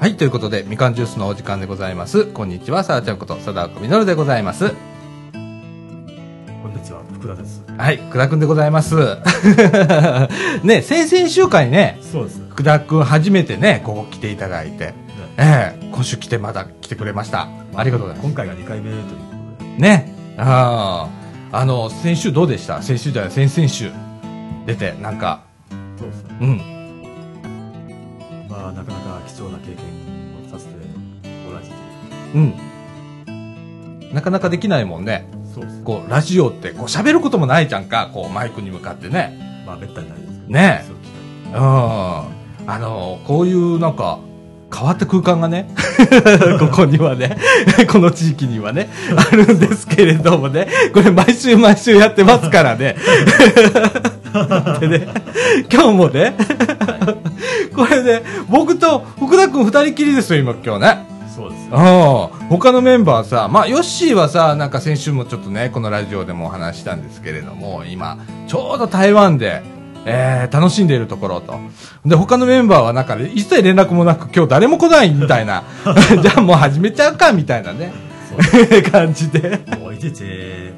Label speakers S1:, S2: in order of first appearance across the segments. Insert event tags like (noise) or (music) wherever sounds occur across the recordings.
S1: はい、ということで、みかんジュースのお時間でございます。こんにちは、さあちゃんこと、さだこみのるでございます。
S2: 本日は福田です。
S1: はい、くだくんでございます。 (laughs) ね、先々週回ね、
S2: そうですね。
S1: くだくん初めてね、ここ来ていただいて、ええ今週来てまた来てくれました。ありがとうございま。
S2: 今回が2回目ということです
S1: ね、ああ、あの、先週どうでした先週じゃない、先々週出て、なんか、
S2: そうですね。
S1: うん、
S2: まあ、なかなか貴重な経験をさせてもらいまし
S1: うん。なかなかできないもんね。
S2: た。そうですね。
S1: こう、ラジオって、こう、喋ることもないじゃんか、こう、マイクに向かってね。
S2: まあ、めったにないですけど。
S1: ねえ
S2: そういう機
S1: うんあの、こういうなんか、変わった空間がね、 (laughs) ここにはね、 (laughs) この地域にはね、あるんですけれどもね、これ毎週毎週やってますからね。でね、今日もね、これね、僕と福田くん二人きりですよ、今今日ね。
S2: 会そうですね。
S1: ああ、他のメンバーさ、まあ、ヨッシーはさ、なんか先週もちょっとね、このラジオでもお話ししたんですけれども、今、ちょうど台湾で、えー、楽しんでいるところと。で、他のメンバーはなんか、一切連絡もなく、今日誰も来ないみたい
S2: (laughs)
S1: な。じゃあもう始めちゃうか、みたいなね。
S2: そうで
S1: (laughs) 感じで。
S2: す。もういちいち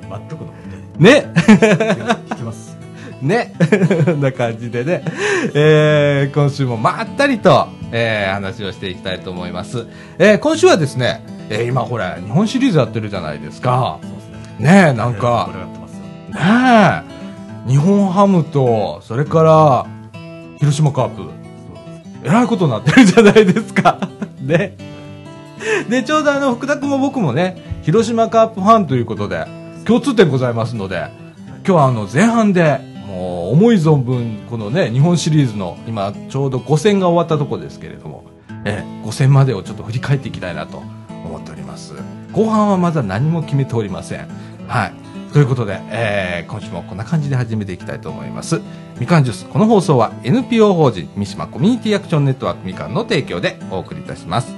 S2: 待っとくのもね、
S1: ね。
S2: 聞きます。 (laughs)
S1: ね。 (laughs) な感じでね。えー、今週もまったりと、えー、話をしていきたいと思います。えー、今週はですね、えー、今ほら、日本シリーズやってるじゃないですか。
S2: そうですね。
S1: ねえ、なん
S2: 盛り
S1: か、
S2: 上がってますよ。
S1: ねえ、日本ハムと、それから、広島カープ、
S2: そうですね。
S1: えらいことになってるじゃないですか。 (laughs) ね。で、ちょうどあの、福田君も僕もね、広島カープファンということで、共通点ございますので、今日はあの、前半で、もう、思い存分、このね、日本シリーズの、今、ちょうど5戦が終わったとこですけれども、ええ、5戦までをちょっと振り返っていきたいなと思っております。後半はまだ何も決めておりません。はい。ということで、えー今週もこんな感じで始めていきたいと思います。みかんジュース、この放送は NPO 法人三島コミュニティアクションネットワークみかんの提供でお送りいたします。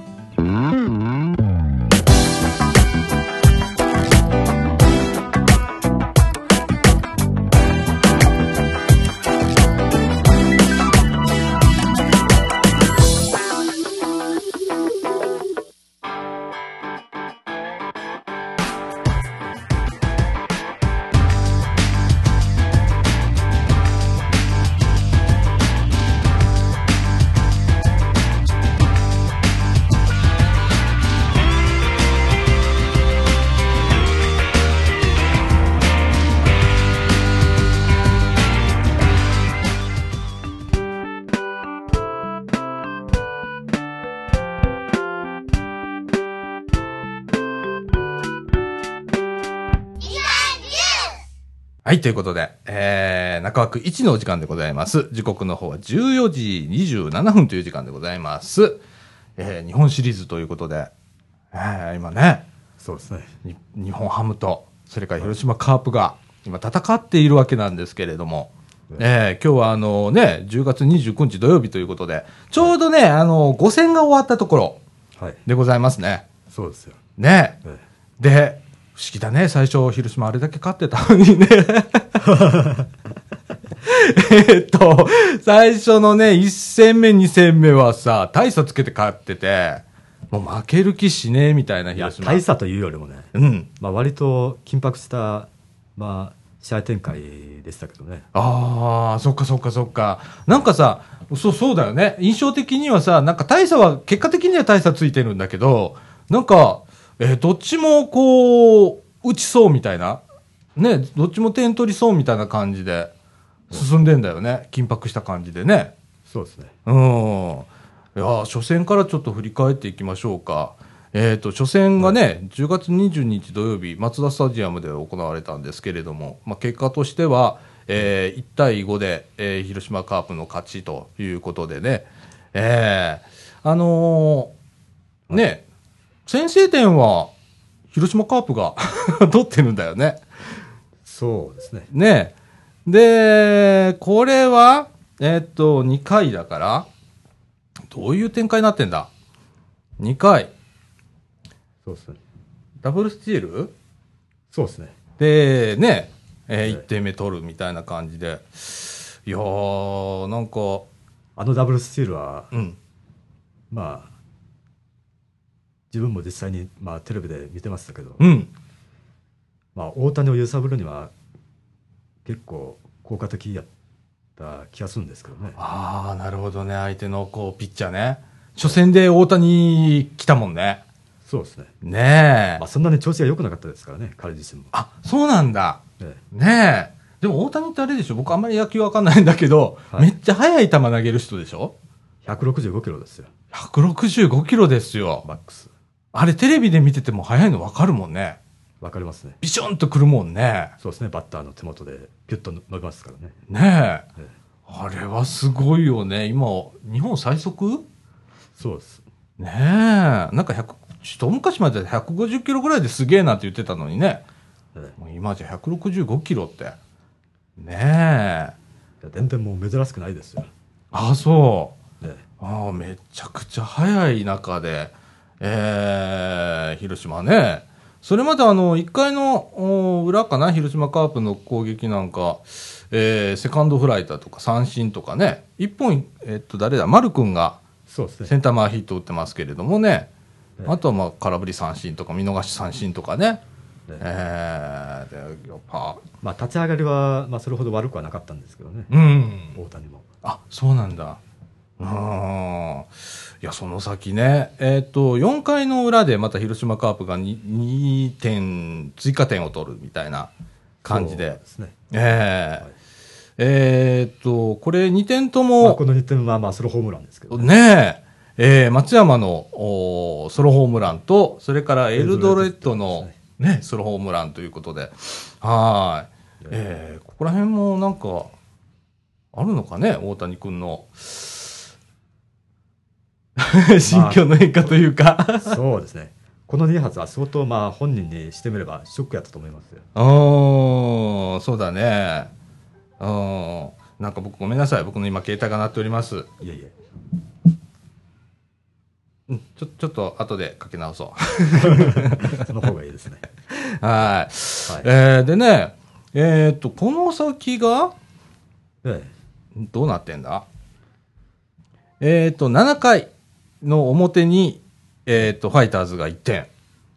S1: はい、ということで、えー、中枠1のお時間でございます。時刻の方は14時27分という時間でございます。えー、日本シリーズということで、えー、今ね、
S2: そうですね。
S1: に日本ハムと、それから広島カープが今戦っているわけなんですけれども、えー今日はあのね、10月29日土曜日ということで、ちょうどね、あの、5戦が終わったところ
S2: はい。
S1: でございますね。
S2: そうですよ。
S1: ね。
S2: え
S1: で、不思議だね、最初広島あれだけ勝ってたのにね。 (laughs) えっと、最初のね、1戦目、2戦目はさ、大差つけて勝ってて、もう負ける気しねえみたいな
S3: えいや
S1: 広島。
S3: 大差というよりもね、
S1: うん。
S3: まあ、割と緊迫した、まあ、試合展開でしたけどね、
S1: ああ、そっかそっかそっか。なんかさ、そう、そうだよね。印象的にはさ、なんか大差は、結果的には大差ついてるんだけど、なんか、えーどっちもこう、打ちそうみたいな。ね、どっちも点取りそうみたいな感じで、進んでんだよね。緊迫した感じでね。
S3: そうですね、
S1: うん。いやー、初戦からちょっと振り返っていきましょうか。えっ、と、初戦がね、10月22日土曜日、マツダスタジアムで行われたんですけれども、まあ、結果としては、えー1対5で、えー広島カープの勝ちということでね、えーあのーね、先制点は、広島カープが (laughs) 取ってるんだよね。
S3: そうですね、
S1: ねで、これは、えっと、2回だから、どういう展開になってんだ ?2 回、
S3: そうですね、
S1: ダブルスチール
S3: そうですね、
S1: で、ね、え1点目取るみたいな感じで。いやー、なんか、
S3: あのダブルスチールは、
S1: うん。
S3: まあ、
S2: 自分も実際に、まあ、テレビで見てましたけど、
S1: うん。
S2: まあ、大谷を揺さぶるには結構効果的やった気がするんですけどね。
S1: ああ、なるほどね。相手の、こう、ピッチャーね。初戦で大谷来たもんね。
S2: そうですね。
S1: ね
S2: ま
S1: え
S2: あ、。そんなに調子が良くなかったですからね、彼自身も。
S1: あ、そうなんだ。
S2: え
S1: ねえ。でも大谷ってあれでしょ僕あんまり野球わかんないんだけど、
S2: はい
S1: めっちゃ速い球投げる人でしょ
S2: え165キロですよ、
S1: ?165 キロですよ。
S2: マックス。
S1: あれテレビで見てても速いのわかるもんね。
S2: わかりますね。
S1: ビションとくるもんね。
S2: そうですね、バッターの手元でピュッと伸びますからね。
S1: ねえ。
S2: ええ
S1: あれはすごいよね。今、日本最速
S2: そうです。
S1: ねえ。なんか100、一昔まで150キロぐらいですげえなって言ってたのにね。
S2: え
S1: もう今じゃ165キロって。ねえ。
S2: え全然もう珍しくないですよ。
S1: ああ、そう。
S2: え
S1: ああ、めちゃくちゃ早い中で、えー、広島ね。それまであの、1回のおー裏かな、広島カープの攻撃なんか、えー、セカンドフライだとか三振とかね、1本、えっと、誰だ、丸君が
S2: えそうです
S1: セ
S2: ね。
S1: ンター前ヒット打ってますけれどもね
S2: え、え
S1: あとはまあ空振り三振とか見逃し三振とかね、
S2: ええ
S1: えー、でやっぱ、
S2: まあ、立ち上がりは、まあ、それほど悪くはなかったんですけどね、
S1: うん。
S2: 大谷も。
S1: あそうなんだ。うん。いや、その先ね、えっ、と、4回の裏でまた広島カープが 2, 2点、追加点を取るみたいな感じ
S2: そう
S1: で。
S2: すね。
S1: ええ
S2: はい
S1: えっと、これ2点と
S2: まあ、
S1: も
S2: こ、の2点は、まあ、ソロホームランですけどね。
S1: ねええー松山のおーソロホームランと、それからエルドレッドの、ね、ソロホームランということで、はーい。えーここら辺もなんか、あるのかね、大谷君の、 (laughs) 心境の変化というか、
S2: そうですね。この2発は相当、まあ、本人にしてみればショックやったと思いますよ。
S1: おーそうだね。うんなんか僕ごめんなさい。僕の今携帯が鳴っております。
S2: いえいえ。
S1: うん、ちょ、ちょっと後でかけ直そう。 (laughs)
S2: その方がいいですね。
S1: はい。
S2: はい
S1: えーでね、えーっと、この先が、
S2: え
S1: どうなってんだえーっと、7回の表に、えーっと、ファイターズが1点
S2: え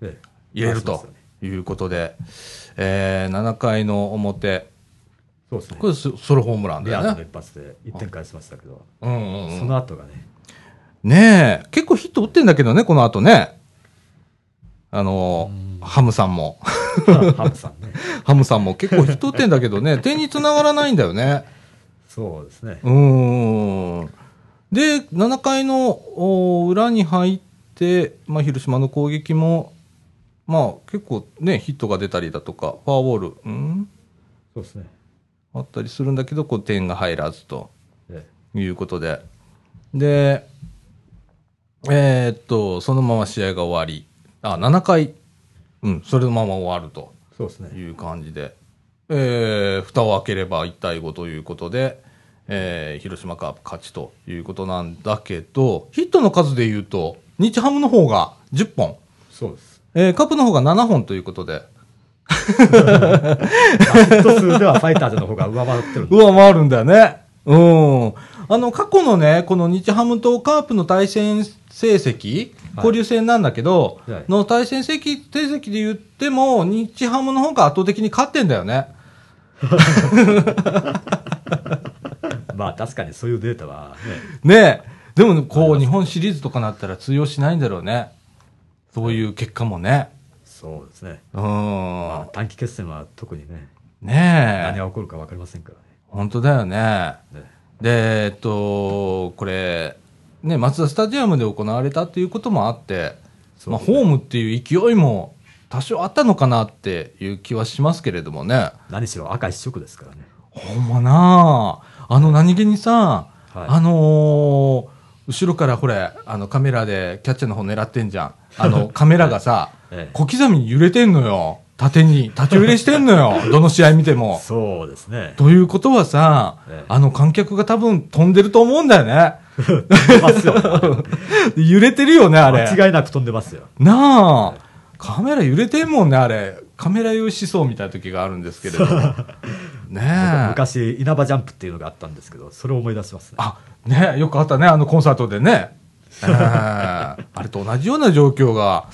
S2: ええ
S1: 入れる
S2: あ
S1: と
S2: そうですよね
S1: いうことで、えー7回の表、
S2: そうですね
S1: こ。れソソロホームランだ
S2: リアル
S1: よ
S2: の
S1: ね。
S2: 一発で1点返しましたけど、
S1: うんうん
S2: そ
S1: うん、
S2: の後がね、 (laughs)
S1: ねえ、結構ヒット打ってんだけどね、この後ね。あのー、ハムさんも。 (laughs)
S2: ハムさんね。
S1: ハムさんも結構ヒット打ってんだけど (laughs) ね、点につながらないんだよね。
S2: そうですね
S1: う。ーん。で、7回のおー裏に入って、まあ、広島の攻撃も、まあ、結構ね、ヒットが出たりだとか、フォアボール、うん
S2: そうですね。
S1: あったりするんだけど、こう、点が入らずと
S2: え
S1: いうことで。で、えーっと、そのまま試合が終わり、あ、7回、うん、それのまま終わると。
S2: えそうですね。
S1: いう感じで、えー、蓋を開ければ1対5ということで、えー広島カープ勝ちということなんだけど、ヒットの数でいうと、日ハムの方が10本、
S2: そうです。
S1: えーカープの方が7本ということで、
S2: まあヒット数ではファイターズの方が上回ってるんで、
S1: 上回るんだよね。うん。あの、過去のね、この日ハムとカープの対戦成績、
S2: はい
S1: 交流戦なんだけど、
S2: はい
S1: の対戦成績成績で言っても、日ハムの方が圧倒的に勝ってんだよね。
S2: まあ確かにそういうデータはね、
S1: ねえ。でもね、こう、日本シリーズとかなったら通用しないんだろうね。そういう結果もね。
S2: そうですね。
S1: う
S2: まあ
S1: ん。
S2: 短期決戦は特にね、
S1: ね
S2: 何
S1: え。
S2: が起こるか分かりませんから
S1: 本当だよね。
S2: ね。ね
S1: で、えっと、これ、ね、マツダスタジアムで行われたっていうこともあって、
S2: そう
S1: まあ、
S2: ですね
S1: ホームっていう勢いも多少あったのかなっていう気はしますけれどもね。
S2: 何しろ赤一色ですからね。
S1: ほんまなあ。あの、何気にさ、
S2: はい
S1: あのー後ろからほれ、あのカメラでキャッチャーの方狙ってんじゃん。あ
S2: (laughs)
S1: の、カメラがさ、
S2: ええ
S1: 小刻みに揺れてんのよ。縦に、縦揺れしてんのよ。どの試合見て
S2: (laughs)
S1: も。
S2: そうですね。
S1: ということはさ
S2: ええ、
S1: あの観客が多分飛んでると思うんだよね。
S2: 飛んでますよ。 (laughs)
S1: (laughs) 揺れてるよね、あれ。
S2: 間違いなく飛んでますよ。
S1: なあ、カメラ揺れてんもんね、あれ。カメラ用しそうみたいな時があるんですけれど
S2: (laughs)
S1: も。ねえ。
S2: 昔、稲葉ジャンプっていうのがあったんですけど、それを思い出しますね。 (laughs)
S1: あ、ねよくあったね、あのコンサートでね。えあれと同じような状況が (laughs)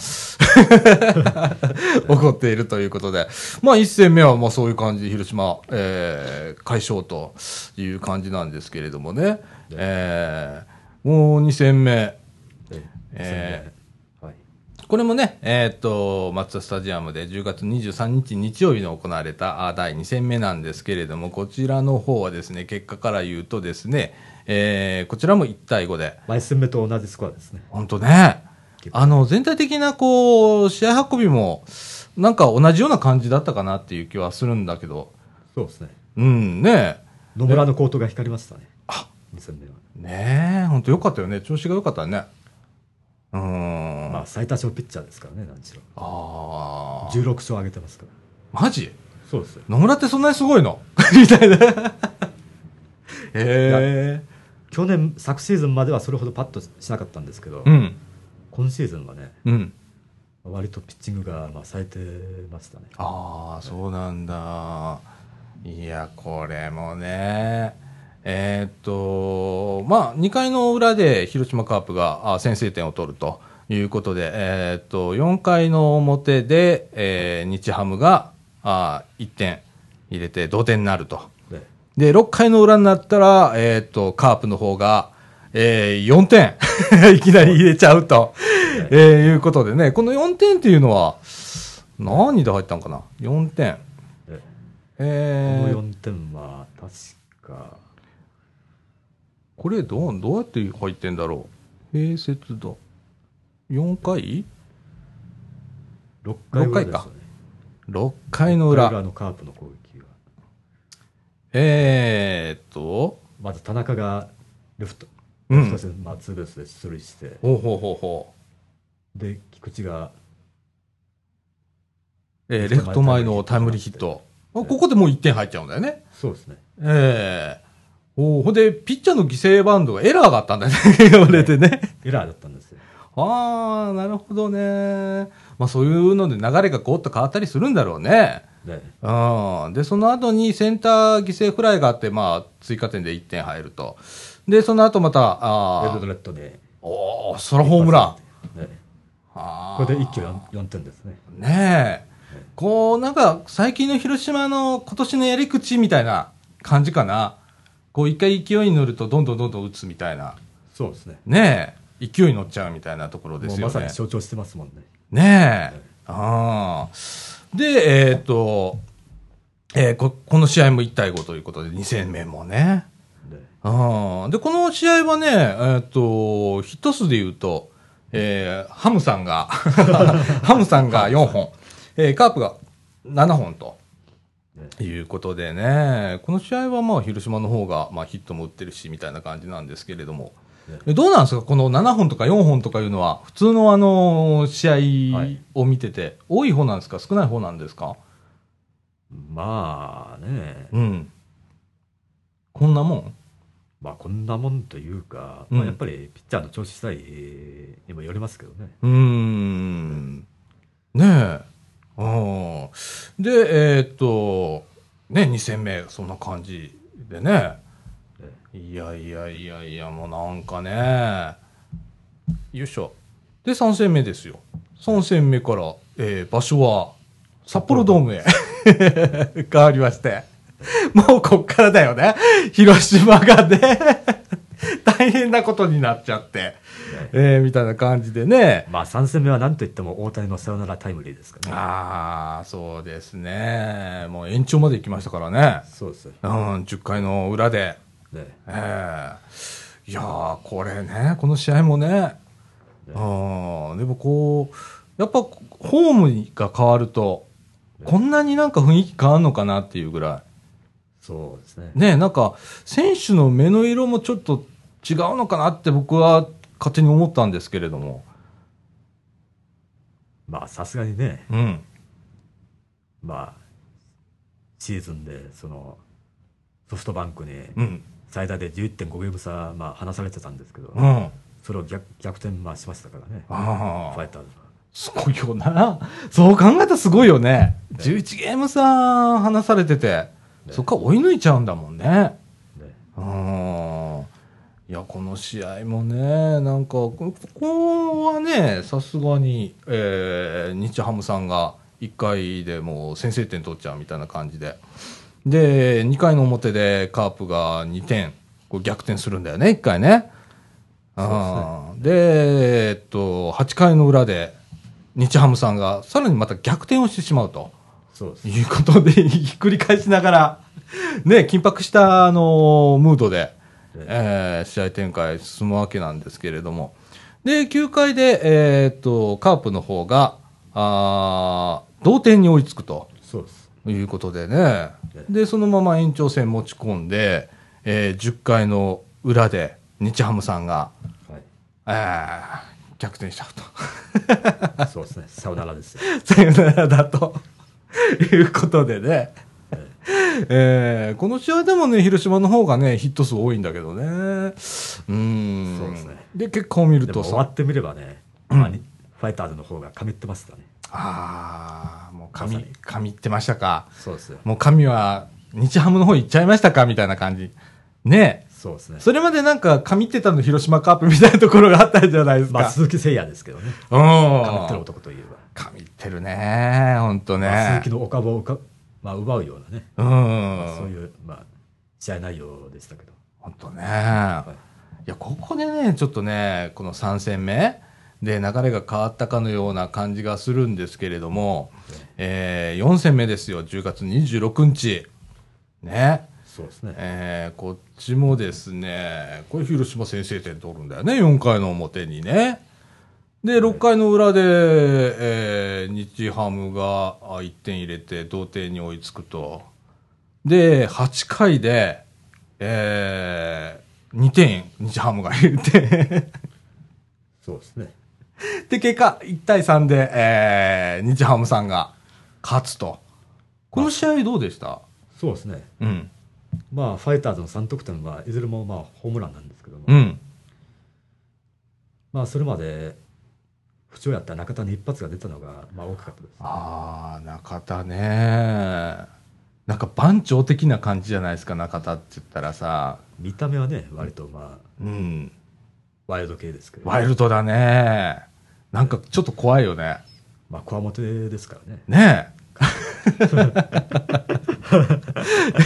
S1: 起こっているということで、まあ、1戦目はまあそういう感じで広島、えー、快勝という感じなんですけれどもね、えーもう2戦目、え
S2: はい、
S1: これもね、えーっと、マツダスタジアムで10月23日日曜日に行われたあ第2戦目なんですけれども、こちらの方はですね、結果から言うとですね、えーこちらも1対5で、
S2: 前戦目と同じスコアですね。
S1: 本当ね
S2: 結、構
S1: あの、全体的なこう、試合運びも、なんか同じような感じだったかなっていう気はするんだけど、
S2: そうですね。
S1: うん、ね
S2: 野村のコートが光りましたね。
S1: あ
S2: 2戦目は。
S1: え、ねえ、本当良かったよね。調子が良かったね。うーん。
S2: まあ、最多勝ピッチャーですからね、何しろ。
S1: ああ。
S2: 16勝上げてますから。
S1: マジ
S2: そうですよ。
S1: 野村ってそんなにすごいの (laughs) みたいな。へえ。
S2: 去年、昨シーズンまではそれほどパッとしなかったんですけど、
S1: うん。
S2: 今シーズンはね、
S1: うん。
S2: 割とピッチングがまあ冴えてましたね。
S1: ああ、そうなんだ。いや、これもね。えーっと、まあ、2回の裏で広島カープがあ先制点を取るということで、えーっと、4回の表で、えー日ハムがあ1点入れて同点になると。
S2: で
S1: で、6回の裏になったら、えーっと、カープの方が、えー4点、 (laughs) いきなり入れちゃうと、えーいうことでね、この4点っていうのは、何で入ったんかな ?4 点。
S2: でこ
S1: え
S2: の
S1: ー、
S2: 4点は確か、
S1: これどう、どうやって入ってんだろう併設だ。4回
S2: 6回ぐら
S1: 六回
S2: いで
S1: か
S2: すよね。
S1: ?6 回の
S2: 六回
S1: 裏。
S2: のカープの攻撃は。
S1: えーっと、
S2: まず田中がレフト、
S1: う
S2: レフト
S1: ん。
S2: 線まあ、ツーベースで出塁して、
S1: ほうほうほうほう。
S2: で、菊池が、
S1: えーレフト前のタイムリーヒット。あここでもう1点入っちゃうんだよね。
S2: そうですね。
S1: ええおーほんで、ピッチャーの犠牲バンドがエラーがあったんだよね。言われてね。
S2: エラーだったんですよ。
S1: ああ、なるほどね。まあそういうので流れがゴっと変わったりするんだろうね。
S2: で、
S1: うん。で、その後にセンター犠牲フライがあって、まあ追加点で1点入ると。で、その後また、あ
S2: レッド
S1: あ
S2: ド、レッドで、
S1: おお、ソロホームラン。
S2: で
S1: あー
S2: これで一挙 4, 4点ですね。
S1: ねえ。こう、なんか、最近の広島の今年のやり口みたいな感じかな。こう、一回勢いに乗ると、どんどんどんどん打つみたいな。
S2: そうですね。
S1: ねえ。勢いに乗っちゃうみたいなところで
S2: もう
S1: すよ
S2: ま
S1: ね。
S2: さに象徴してますもんね。
S1: ねえ。ああ。で、えーっと、えーこ、この試合も1対5ということで、2戦目もね。
S2: で、
S1: ああ。で、この試合はね、えーっと、ヒット数で言うと、えーハムさんが、 (laughs) ハムさんが4本、えーカープが7本と。いうことでね、この試合はまあ広島の方がまあヒットも打ってるしみたいな感じなんですけれども、
S2: ね
S1: えどうなんですか、この7本とか4本とかいうのは、普通のあの試合を見てて、多い方なんですか、少ない方なんですか、
S2: まあね、
S1: うん、こんなもん、
S2: まあこんなもんというか、
S1: うん
S2: まあ、やっぱりピッチャーの調子次第にもよりますけどね。
S1: うーん、ねえ、うんで、えーっと、ね、2戦目、そんな感じでね、
S2: ね
S1: いやいやいやいや、もうなんかね、よいしょ、で、3戦目ですよ、3戦目から、えー場所は札幌ドームへ (laughs) 変わりまして、もうこっからだよね、広島がね、 (laughs) 大変なことになっちゃって、えーみたいな感じでね、
S2: まあ3戦目はなんといっても大谷のサヨナラタイムリーですからね。
S1: ああ、そうですね。もう延長まで行きましたからね。
S2: そうですよ
S1: うん、10回の裏で。
S2: ね。
S1: ええいやー、これね、この試合もね。うん、でもこう、やっぱホームが変わると、こんなになんか雰囲気変わるのかなっていうぐら
S2: そうですね
S1: い。。ね、なんか選手の目の色もちょっと違うのかなって僕は勝手に思ったんですけれども。
S2: まあさすがにね、
S1: うん。
S2: まあ、シーズンでそのソフトバンクに
S1: うん。
S2: 最大で11.5ゲーム差、まあ、離されてたんですけど、
S1: うん。
S2: それを逆逆転まあしましたからね、
S1: ああ
S2: ファイターズは。
S1: すごいよな。そう考えたらすごいよね。11ゲームさ、離されてて、そっから追い抜いちゃうんだもんね。
S2: ね
S1: うん。いや、この試合もね、なんか、こここはね、さすがに、えー日ハムさんが1回でもう先制点取っちゃうみたいな感じで。で、2回の表でカープが2点、こう逆転するんだよね、1回ね。あーでえっと、8回の裏で、日ハムさんがさらにまた逆転をしてしまうと。
S2: そうです
S1: ということで、ひっくり返しながら、ね、緊迫した、あのムードで、えー試合展開進むわけなんですけれども。で、9回で、えーっと、カープの方が、あー同点に追いつくと
S2: そうです
S1: いうことでね
S2: え。
S1: で、そのまま延長戦持ち込んで、えー10回の裏で、日ハムさんが、
S2: はい
S1: えー逆転しちゃうと。
S2: そうですねさよならで
S1: (laughs)
S2: すよ
S1: さよならだということでね、えーこの試合でもね、広島の方がね、ヒット数多いんだけどね。うーん。
S2: そうですね
S1: で、結果を見る
S2: でも
S1: と
S2: 終わ
S1: さ、
S2: ってみればね、まあにファイターズの方がかみってますからね
S1: ああ、もう
S2: まさ
S1: 神
S2: に、
S1: 神ってましたか。
S2: そうですよ
S1: もう神は日ハムの方行っちゃいましたかみたいな感じ。ねえ
S2: そうですね
S1: それまでなんか、神ってたの広島カープみたいなところがあったんじゃないですか。
S2: まあ、鈴木誠也ですけどね
S1: うん。
S2: かみってる男といえば、
S1: 神ってるね。ほんとね。
S2: まあ鈴木のお株をうか、まあ、奪うようなね、
S1: うん。
S2: まあそういう、まあ、試合内容でしたけど
S1: 本当ね、い、やここでねちょっとねこの3戦目で流れが変わったかのような感じがするんですけれども、え4戦目ですよ10月26日ね
S2: そうですね、
S1: えーこっちもですねこれ広島先制点取るんだよね4回の表にねで6回の裏で、えー日ハムがあ1点入れて同点に追いつくとで8回で、え2点日ハムが入れて (laughs)
S2: そうですね
S1: で結果1対3で、えー日ハムさんが勝つとこの試合どうでした、
S2: そうですね
S1: うん
S2: まあファイターズの3得点はいずれもまあホームランなんですけども、
S1: うん
S2: まあそれまで不調やった中田に一発が出たのがまあ大きかったです
S1: ああ中田ねなんか番長的な感じじゃないですか中田って言ったらさ
S2: 見た目はね割とまあ
S1: うん
S2: ワイルド系ですけど、
S1: ワイルドだねなんかちょっと怖いよね
S2: まあこわもてですからね
S1: ねえ (laughs)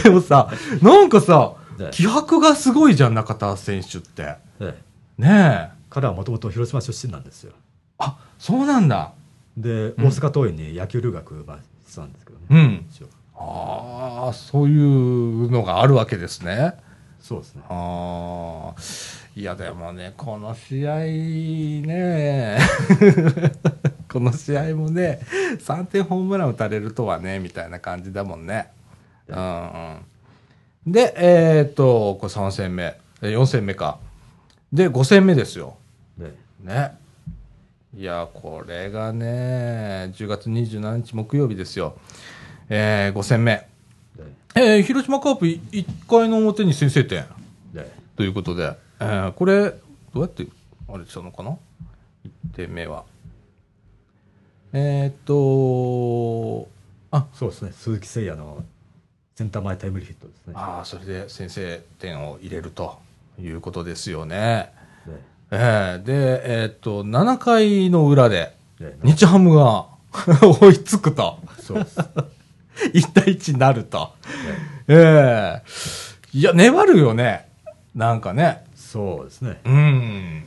S1: でもさなんかさ
S2: ね
S1: 気迫がすごいじゃん中田選手って
S2: ええ
S1: ねえ
S2: 彼はもともと広島出身なんですよ
S1: あそうなんだ
S2: で
S1: うん
S2: 大阪桐蔭に野球留学まあしてたんですけどね、
S1: うん
S2: 一応
S1: ああそういうのがあるわけですね
S2: そうですね
S1: ああ、いやでもね、この試合ね、 (laughs) この試合もね、3点ホームラン打たれるとはね、みたいな感じだもんね。うんうん、で、えーっと、これ3戦目、え4戦目か。で、5戦目ですよ。
S2: で
S1: ね。いや、これがね、10月27日木曜日ですよ。え5戦目。
S2: で
S1: えー広島カープ1回の表に先制点。
S2: で
S1: ということで、えーこれ、どうやってあれしたのかな ?1 点目は。えーっと、あ、
S2: そうですね鈴木誠也のセンター前タイムリーヒットですね
S1: あーそれで先制点を入れるということですよね。
S2: で
S1: えーで、えーっと、7回の裏で、
S2: で
S1: 日ハムが (laughs) 追いつくと、
S2: そうです
S1: 1対1になると。えーいや、粘るよね。なんかね。
S2: そうですね
S1: うん。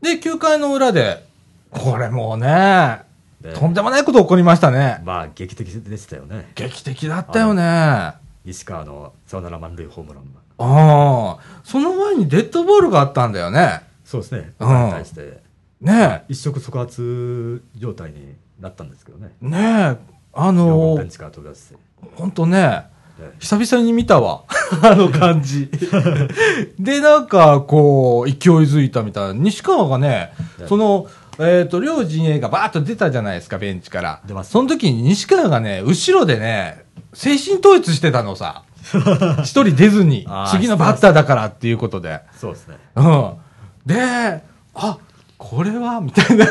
S1: で、9回の裏で、これもうね、
S2: で
S1: とんでもないこと起こりましたね。
S2: まあ劇的でしたよね
S1: 劇的だったよね。あ
S2: 石川のサヨナラ満塁ホームランが
S1: あー。その前にデッドボールがあったんだよね。
S2: そうですね、
S1: うん
S2: 彼に対して
S1: ね
S2: 一触即発状態になったんですけどね
S1: え。ねえ。あ
S2: 両軍
S1: の
S2: ベンチから飛び出して、
S1: ほんとね、
S2: で
S1: 久々に見たわ。 (laughs) あの感
S2: (laughs)
S1: じ。で、なんか、こう、勢いづいたみたいな。西川がね、
S2: ね
S1: その、えっ、と、両陣営がバーッと出たじゃないですか、ベンチから。
S2: 出ます
S1: その時に西川がね、後ろでね、精神統一してたの
S2: (laughs)
S1: さ。一人出ずに
S2: あ、ー
S1: 次のバッターだからっていうことで。
S2: そうですね
S1: うん。で、あ、これはみたいな、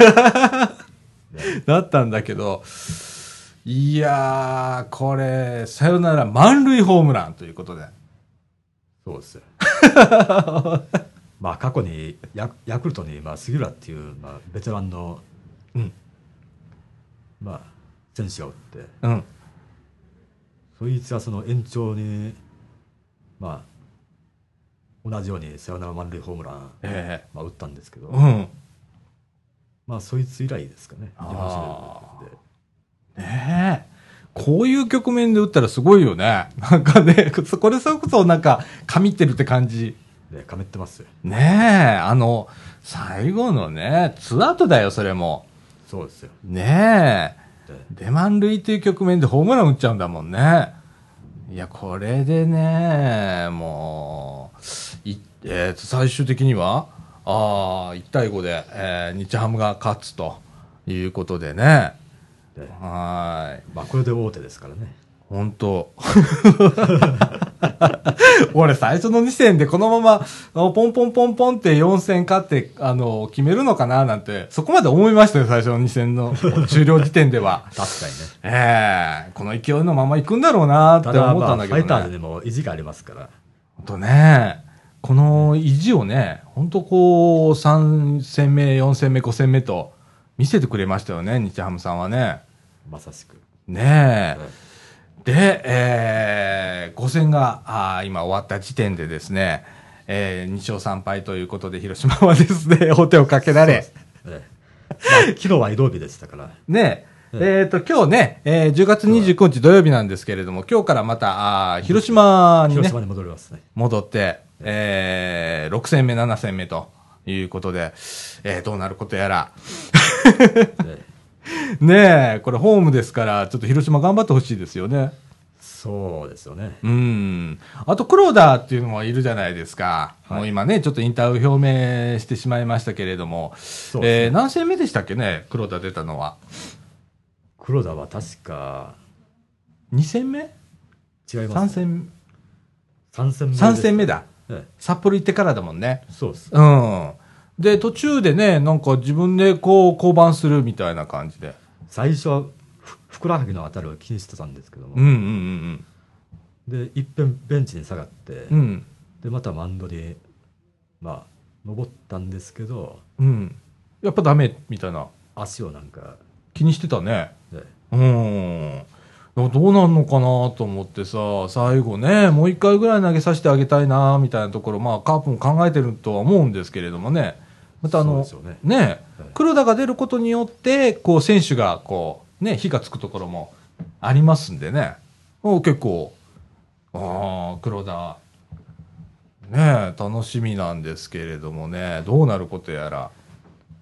S1: だったんだけど、いやー、これ、さよなら (laughs) 満塁ホームランということで。
S2: そうですよまあ、過去にヤヤクルトに、まあ、杉浦っていう、まあ、ベテランの、
S1: うん
S2: まあ、選手がおって
S1: うん
S2: そいつはその延長に、まあ、同じようにサヨナラ満塁ホームラン、
S1: え
S2: まあ、打ったんですけど、
S1: えうん
S2: まあ、そいつ以来ですかね。日
S1: あ
S2: 本
S1: ー
S2: シリーズで
S1: ねえ。こういう局面で打ったらすごいよね。なんかね、 (laughs) そこれそれこそなんか、かみってるって感じ。
S2: でかめってますよ
S1: ねえ、あの、最後のね、ツーアウトだよ、それも。
S2: そうですよ
S1: ねえ。
S2: で
S1: 出満塁という局面でホームラン打っちゃうんだもんね。いや、これでね、もう、いえーと、最終的には、ああ、1対5で、えー日ハムが勝つということでね。
S2: で
S1: はーい。
S2: まあ、これで大手ですからね
S1: 本当 (laughs) 俺最初の2戦でこのままあのポンポンポンポンって4戦勝ってあの決めるのかななんてそこまで思いましたよ最初の2戦の終了時点では
S2: 確
S1: (laughs)
S2: かにね
S1: ええこの勢いのまま行くんだろうなって
S2: た
S1: 思
S2: だ、
S1: っ
S2: ま
S1: た
S2: あ、
S1: んだ
S2: フ
S1: け
S2: ァイタ
S1: ど
S2: ーズ
S1: ね
S2: でも意地がありますから
S1: 本当ねこの意地をね本当こう3戦目4戦目5戦目と見せてくれましたよね日ハムさんはね
S2: まさしく、
S1: ねえ、
S2: はい
S1: で、えー、5戦があー今終わった時点でですね、えー、2勝3敗ということで、広島はですね、 (laughs) お手をかけられ、
S2: ええまあ、 (laughs) 昨日は移動日でしたから
S1: ね、え
S2: え
S1: っ、と、今日ね、えー、10月29日土曜日なんですけれども、今日からまた、あー広島に
S2: 広
S1: ね
S2: 島、に戻りますね
S1: 戻って、えー、6戦目、7戦目ということで、えー、どうなることやら、
S2: ええ
S1: ねえ、これホームですから、ちょっと広島頑張ってほしいですよね。
S2: そうですよね
S1: うん。あと、黒田っていうのもいるじゃないですか。もう今ね、ちょっと引退を表明してしまいましたけれども。
S2: そうですね
S1: えー何戦目でしたっけね、黒田出たのは。
S2: 黒田は確か
S1: 2戦目
S2: 違いま
S1: ?3
S2: す、ね、
S1: 戦
S2: 3戦目
S1: 目 ?3 戦目
S2: だ、
S1: だ。
S2: え
S1: 札幌行ってからだもんね。
S2: えそうです
S1: うん。で、途中でね、なんか自分でこう、降板するみたいな感じで。
S2: 最初はふふくらはぎのあたりを気にしてたんですけども、
S1: うんうん
S2: でいっぺんベンチに下がって、
S1: うんうん。うん。
S2: でまたマウンドにまあ登ったんですけど
S1: うん。やっぱダメみたいな。
S2: 足をなんか、
S1: 気にしてたね。
S2: ね
S1: うん。どうなんのかなと思ってさ、最後ね、もう一回ぐらい投げさせてあげたいな、みたいなところ、まあ、カープも考えてるとは思うんですけれどもね。またあの、
S2: そうですよ
S1: ね
S2: ねはい、
S1: 黒田が出ることによって、こう、選手が、こう、ね、火がつくところもありますんでね。お結構、ああ、黒田、ねえ、楽しみなんですけれどもね、どうなることやら。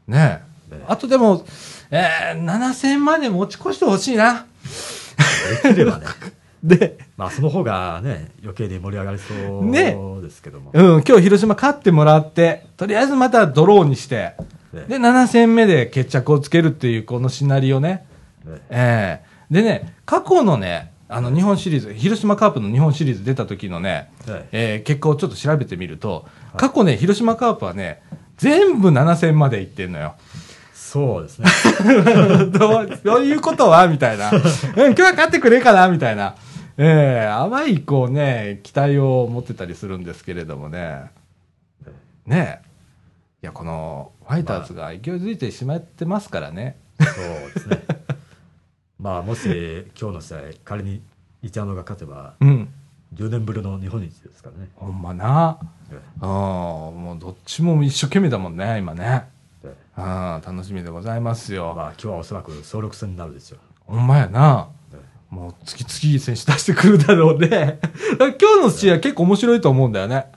S1: ねえ
S2: ね
S1: あとでも、えー、7戦まで持ち越してほしいな。
S2: できればね
S1: (laughs) で、
S2: まあその方がね余計に盛り上がり
S1: ね
S2: そうですけども、
S1: うん、今日広島勝ってもらって、とりあえずまたドローにして、
S2: ね
S1: で、7戦目で決着をつけるっていう、このシナリオね。
S2: ね
S1: ええでね、過去のね、あの、日本シリーズ、広島カープの日本シリーズ出た時のね、
S2: はい
S1: えー結果をちょっと調べてみると、過去ね、広島カープはね、全部7戦まで行ってんのよ。 (laughs)
S2: そうですね
S1: どうどういうことはみたいな。うん、今日は勝ってくれかなみたいな。ええ甘い、こうね、期待を持ってたりするんですけれどもね。ねえ。いや、この、ファイターズが勢いづいてしまってますからね。
S2: そうで
S1: (laughs)
S2: すねまあもし今日の試合仮に一山が勝てば
S1: うん。
S2: 10年ぶりの日本一ですからね
S1: ほんまな。
S2: ね
S1: うん、もうどっちも一生懸命だもんね、今ね。
S2: ね
S1: うん、楽しみでございますよ。
S2: まあ今日はおそらく総力戦になるでしょ
S1: ほんまやな。
S2: う、ね
S1: もう次々選手出してくるだろうね。 (laughs) だから今日の試合結構面白いと思うんだよね。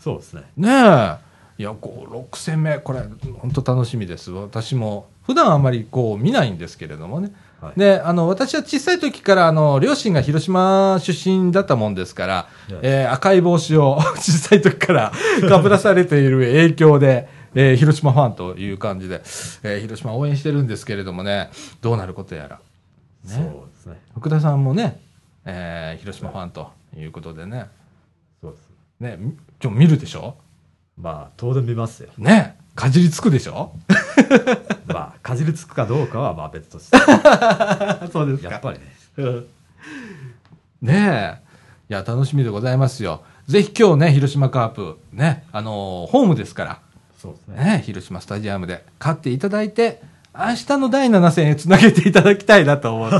S2: そうですね
S1: ねえ。いや、こう、6戦目、これ、本当楽しみです。私も、普段あんまりこう見ないんですけれどもね。
S2: はい
S1: で、あの、私は小さい時から、あの、両親が広島出身だったもんですから、
S2: ね
S1: えー赤い帽子を (laughs) 小さい時から (laughs) かぶらされている影響で、えー広島ファンという感じで、えー広島応援してるんですけれどもね、どうなることやら。ね
S2: そうですね
S1: 福田さんもね、えー広島ファンということでね、
S2: そうです
S1: ね、み今日見るでしょ
S2: まあ当然見ますよ
S1: ねかじりつくでしょ
S2: まあかじりつくかどうかはまあ別として
S1: そうで
S2: やっぱりね
S1: ねえ。いや、楽しみでございますよ。ぜひ今日ね、広島カープ、ね、あのーホームですか
S3: そうです
S1: ら、
S3: ね。
S1: ね、広島スタジアムで勝っていただいて、明日の第7戦へつなげていただきたいなと
S3: (laughs)
S1: 思う。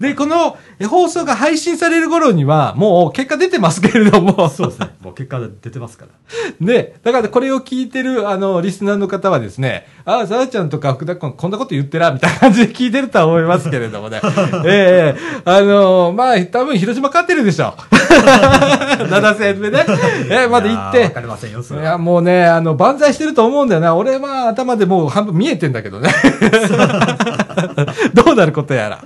S1: で、このえ放送が配信される頃には、もう結果出てますけれども。
S3: そうですね。もう結果出てますから。
S1: ね、だからこれを聞いてる、あの、リスナーの方はですね、ああ、さやちゃんとか福田君、こんなこと言ってら、みたいな感じで聞いてるとは思いますけれど
S3: (laughs)
S1: もね。ええあのまあ、多分広島勝ってる
S3: (laughs)
S1: でしょ。7戦目ね。ええまだ行っ
S3: いやーわ
S1: て
S3: か。りませんよ、そ
S1: い
S3: れは。
S1: や、もうね、あの、万歳してると思うんだよな。俺は頭でもう半分見えてんだけどね。 (laughs) どうなることやら。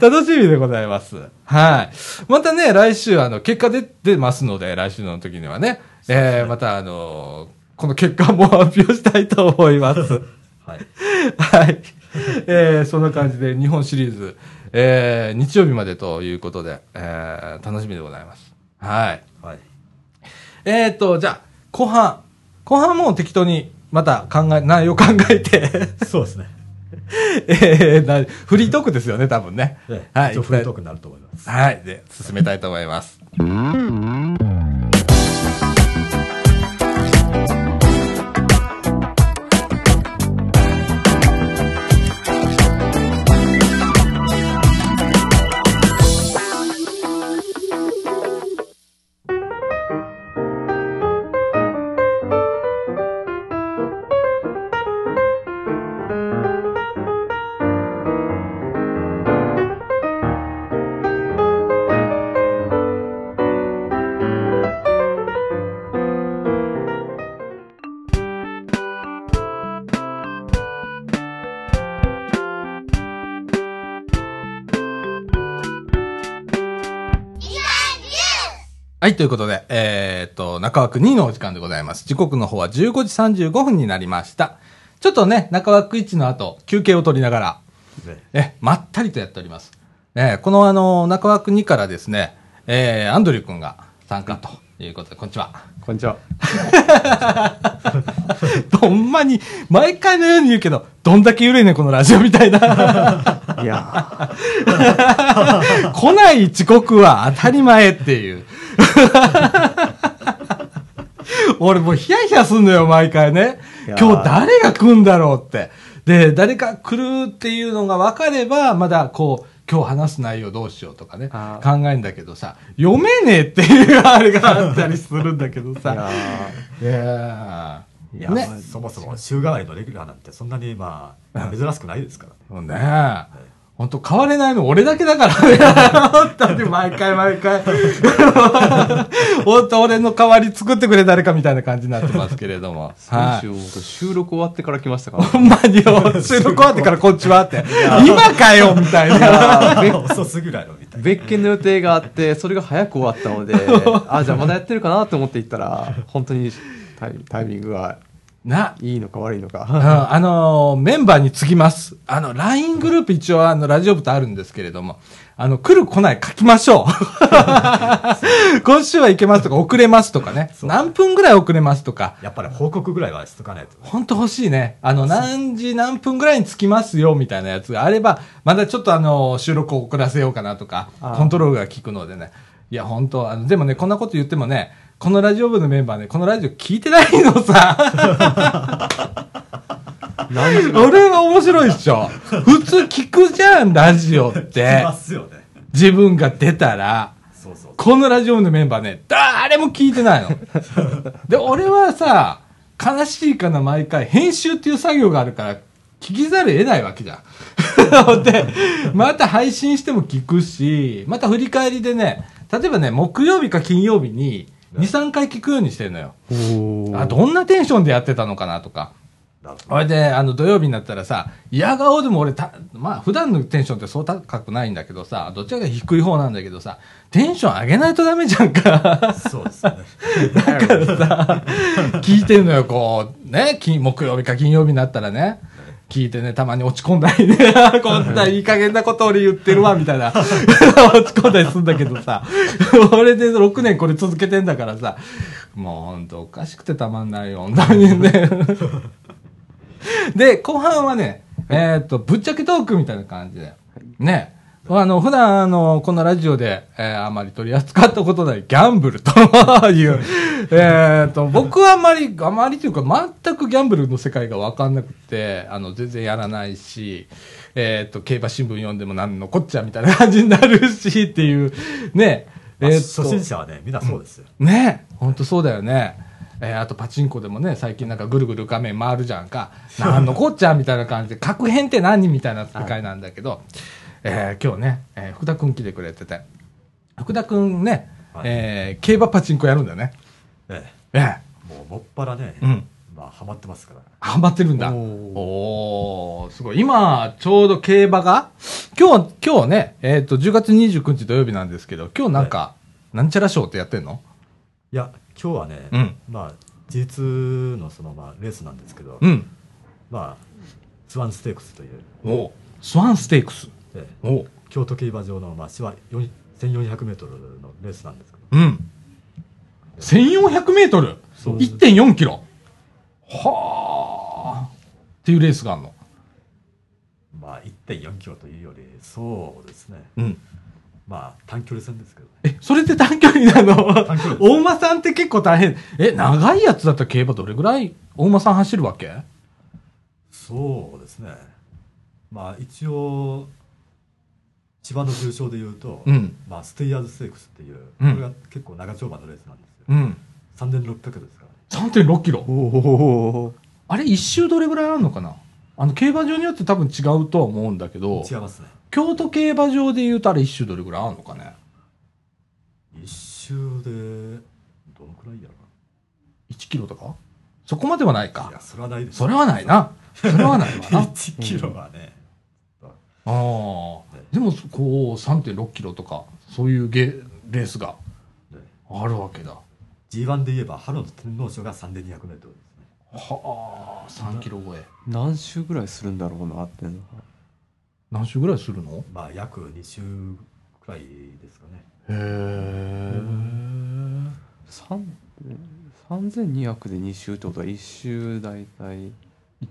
S1: 楽しみでございます。はい。またね、来週、あの、結果出てますので、来週の時にはね。えー、また、あのこの結果も発表したいと思います。 (laughs)
S3: はい。
S1: はい。えーそんな感じで日本シリーズ、えー日曜日までということで、えー楽しみでございます。はい。
S3: はい。
S1: えーと、じゃあ、後半。後半もう適当に、また考え、内容考えて、 (laughs)
S3: そうですね。
S1: えーなフリートークですよね、多分ね。
S3: ええ
S1: はい。
S3: 一応フリートークになると思います。
S1: はい。で、進めたいと思います。 (laughs) はい、ということで、えーっと、中枠2のお時間でございます。時刻の方は15時35分になりました。ちょっとね、中枠1の後、休憩を取りながら、
S3: ね
S1: え、まったりとやっております。えーこのあの、中枠2からですね、えーアンドリュー君が参加ということで、こんにちは。
S4: こんにちは。
S1: (laughs) ほんまに、毎回のように言うけど、どんだけゆるいね、このラジオみたいな。 (laughs)
S4: いや
S1: 来ない遅刻は当たり前っていう。 (laughs) 俺もうヒヤヒヤすんのよ、毎回ね
S4: いや。ー
S1: 今日誰が来んだろうって。で、誰か来るっていうのが分かれば、まだこう、今日話す内容どうしようとかね、
S4: あ
S1: 考えんだけどさ、読めねえっていうあれがあったりするんだけど
S4: ーい
S1: さ。
S4: や
S1: いや
S3: (laughs)
S1: ー
S3: いや、
S1: ね
S3: まあそもそも週替わりのレギュラーなんてそんなにまあ珍しくないですから。
S1: そうね本当変われないの俺だけだからね。本当に毎回毎回。本当俺の代わり作ってくれ誰かみたいな感じになってますけれども。
S4: ー、
S1: はい。
S4: 先週、収録終わってから来ました (laughs) から。
S1: ほんまによ、収録終わってからこんにちはって。今かよみたいな。
S4: あー
S3: (laughs)
S4: べ
S3: 遅すぎらいのみたいな。
S4: 別 (laughs) 件の予定があって、それが早く終わったの (laughs) で、あーじゃあまだやってるかなと思って行ったら、本当にタイタイミングが
S1: な。
S4: いいのか悪いの
S1: うん
S4: か。
S1: あのーメンバーに継ぎます。あの、LINE グループ一応、あの、ラジオ部とあるんですけれども、あの、来る来ない書きましょ (laughs) う。今週はいけますとか、遅れますとかね。
S3: そう
S1: 何分ぐらい遅れますとか。
S3: やっぱり報告ぐらいはしとかないと。
S1: 本当欲しいね。あの、何時何分ぐらいに着きますよ、みたいなやつがあれば、まだちょっとあの、収録を遅らせようかなとか、
S4: あー
S1: コントロールが効くのでね。いや、本当あの、でもね、こんなこと言ってもね、このラジオ部のメンバーね、このラジオ聞いてないのさ。
S4: 何時
S1: 俺は面白いっしょ。普通聞くじゃん、ラジオっ
S3: してま。すよね。
S1: 自分が出たら。
S3: そうそう。
S1: このラジオ部のメンバーね、誰も聞いてないの。で、俺はさ、悲しいかな、毎回、編集っていう作業があるから、聞きざるを得ないわけじゃん。で、また配信しても聞くし、また振り返りでね、例えばね、木曜日か金曜日に、2、3回聞くようにしてるのよ。あ、どんなテンションでやってたのかなとか。
S3: なるほ
S1: それで、あの、土曜日になったらさ、嫌顔でも俺た、まあ、普段のテンションってそう高くないんだけどさ、どっちかが低い方なんだけどさ、テンション上げないとダメじゃ
S3: (laughs)
S1: んか。
S3: どそう
S1: (laughs)
S3: ですね。
S1: だからさ、聞いてんのよ、こう、ね、金木曜日か金曜日になったらね、聞いてね、たまに落ち込んだりね、 (laughs) あこんないい加減なこと俺言ってるわ、みたいな、 (laughs) 落ち込んだりするんだけどさ、俺で6年これ続けてんだからさ、もうほんとおかしくてたまんないよ、本当にね。 (laughs) で、後半はね、えーっと、ぶっちゃけトークみたいな感じで、ね、あの、普段、あの、このラジオで、えーあまり取り扱ったことないギャンブルという、 (laughs) えっと、僕はあまり、あまりというか、全くギャンブルの世界がわかんなくて、あの、全然やらないし、えっと、競馬新聞読んでもなんのこっちゃみたいな感じになるし、っていう、ね、
S2: まあ
S1: えっ
S2: 初心者はね、みんなそうですよ。
S1: ねえ、ほんとそうだよね。えーあとパチンコでもね、最近なんかぐるぐる画面回るじゃんか。なんのこっちゃみたいな感じで、核変って何みたいな世界なんだけど、えー今日ね、えー福田くん来てくれてて、福田くんね、
S2: はい
S1: えー競馬パチンコやるんだよね。
S2: え
S1: ええ
S2: え、もうもっぱらね、
S1: うん
S2: まあ、ハマってますから。
S1: ハマってるんだ。
S4: おー
S1: おー、すごい。今、ちょうど競馬が、今日、今日ね、えっ、と、10月29日土曜日なんですけど、今日なんか、なんちゃらショーってやってんの
S2: いや、今日はね、
S1: うん
S2: まあ、G2 のその、まあ、レースなんですけど、
S1: うん。
S2: まあ、スワンステークスという、
S1: おスワンステークス。
S2: ええ
S1: お
S2: 京都競馬場の、まあ、芝4 1400メートルのレースなんですけど、
S1: うん。1400メートル
S2: そう
S1: !1.4 キロはあっていうレースがあるの。
S2: まあ、1.4キロというより、そうですね、
S1: うん。
S2: まあ、短距離戦ですけど
S1: (laughs) え、
S2: ね。
S1: それって短距離なの
S2: 短距離です
S1: 大間さんって結構大変。え、長いやつだったら競馬どれぐらい大間さん走るわけ
S2: そうですね、まあ、一応、千葉の重賞でいうと、
S1: うん。
S2: まあ、ステイヤーズステークスっていう、
S1: うん
S2: これが結構長丁場のレースなんですよ。
S1: うん。
S2: 3600ですからね。
S1: 3.6キロ。
S4: おお。
S1: あれ一周どれぐらいあるのかなあの、競馬場によって多分違うとは思うんだけど、
S2: 違いますね。
S1: 京都競馬場で言うとあれ一周どれぐらいあるのかね
S2: 一周で、どのくらいやろ
S1: ?1 キロとかそこまではない
S2: な。い
S1: か
S2: や、。それはないです。
S1: それはないな。それはないわ
S2: (laughs)
S1: な。
S2: 1キロはね、
S1: ああ、
S2: ね
S1: でもそこう3.6キロとかそういうゲレースが
S2: ね
S1: あるわけだ
S2: G1 で言えば春の天皇賞が3200メートルですね
S1: はあ3キロ超え
S4: (laughs) 何週ぐらいするんだろうなっていうのが。
S1: 何周ぐらいするのへ
S2: まあ約2週くらいですかね
S1: え
S4: 三3200で2周ってことは1周大体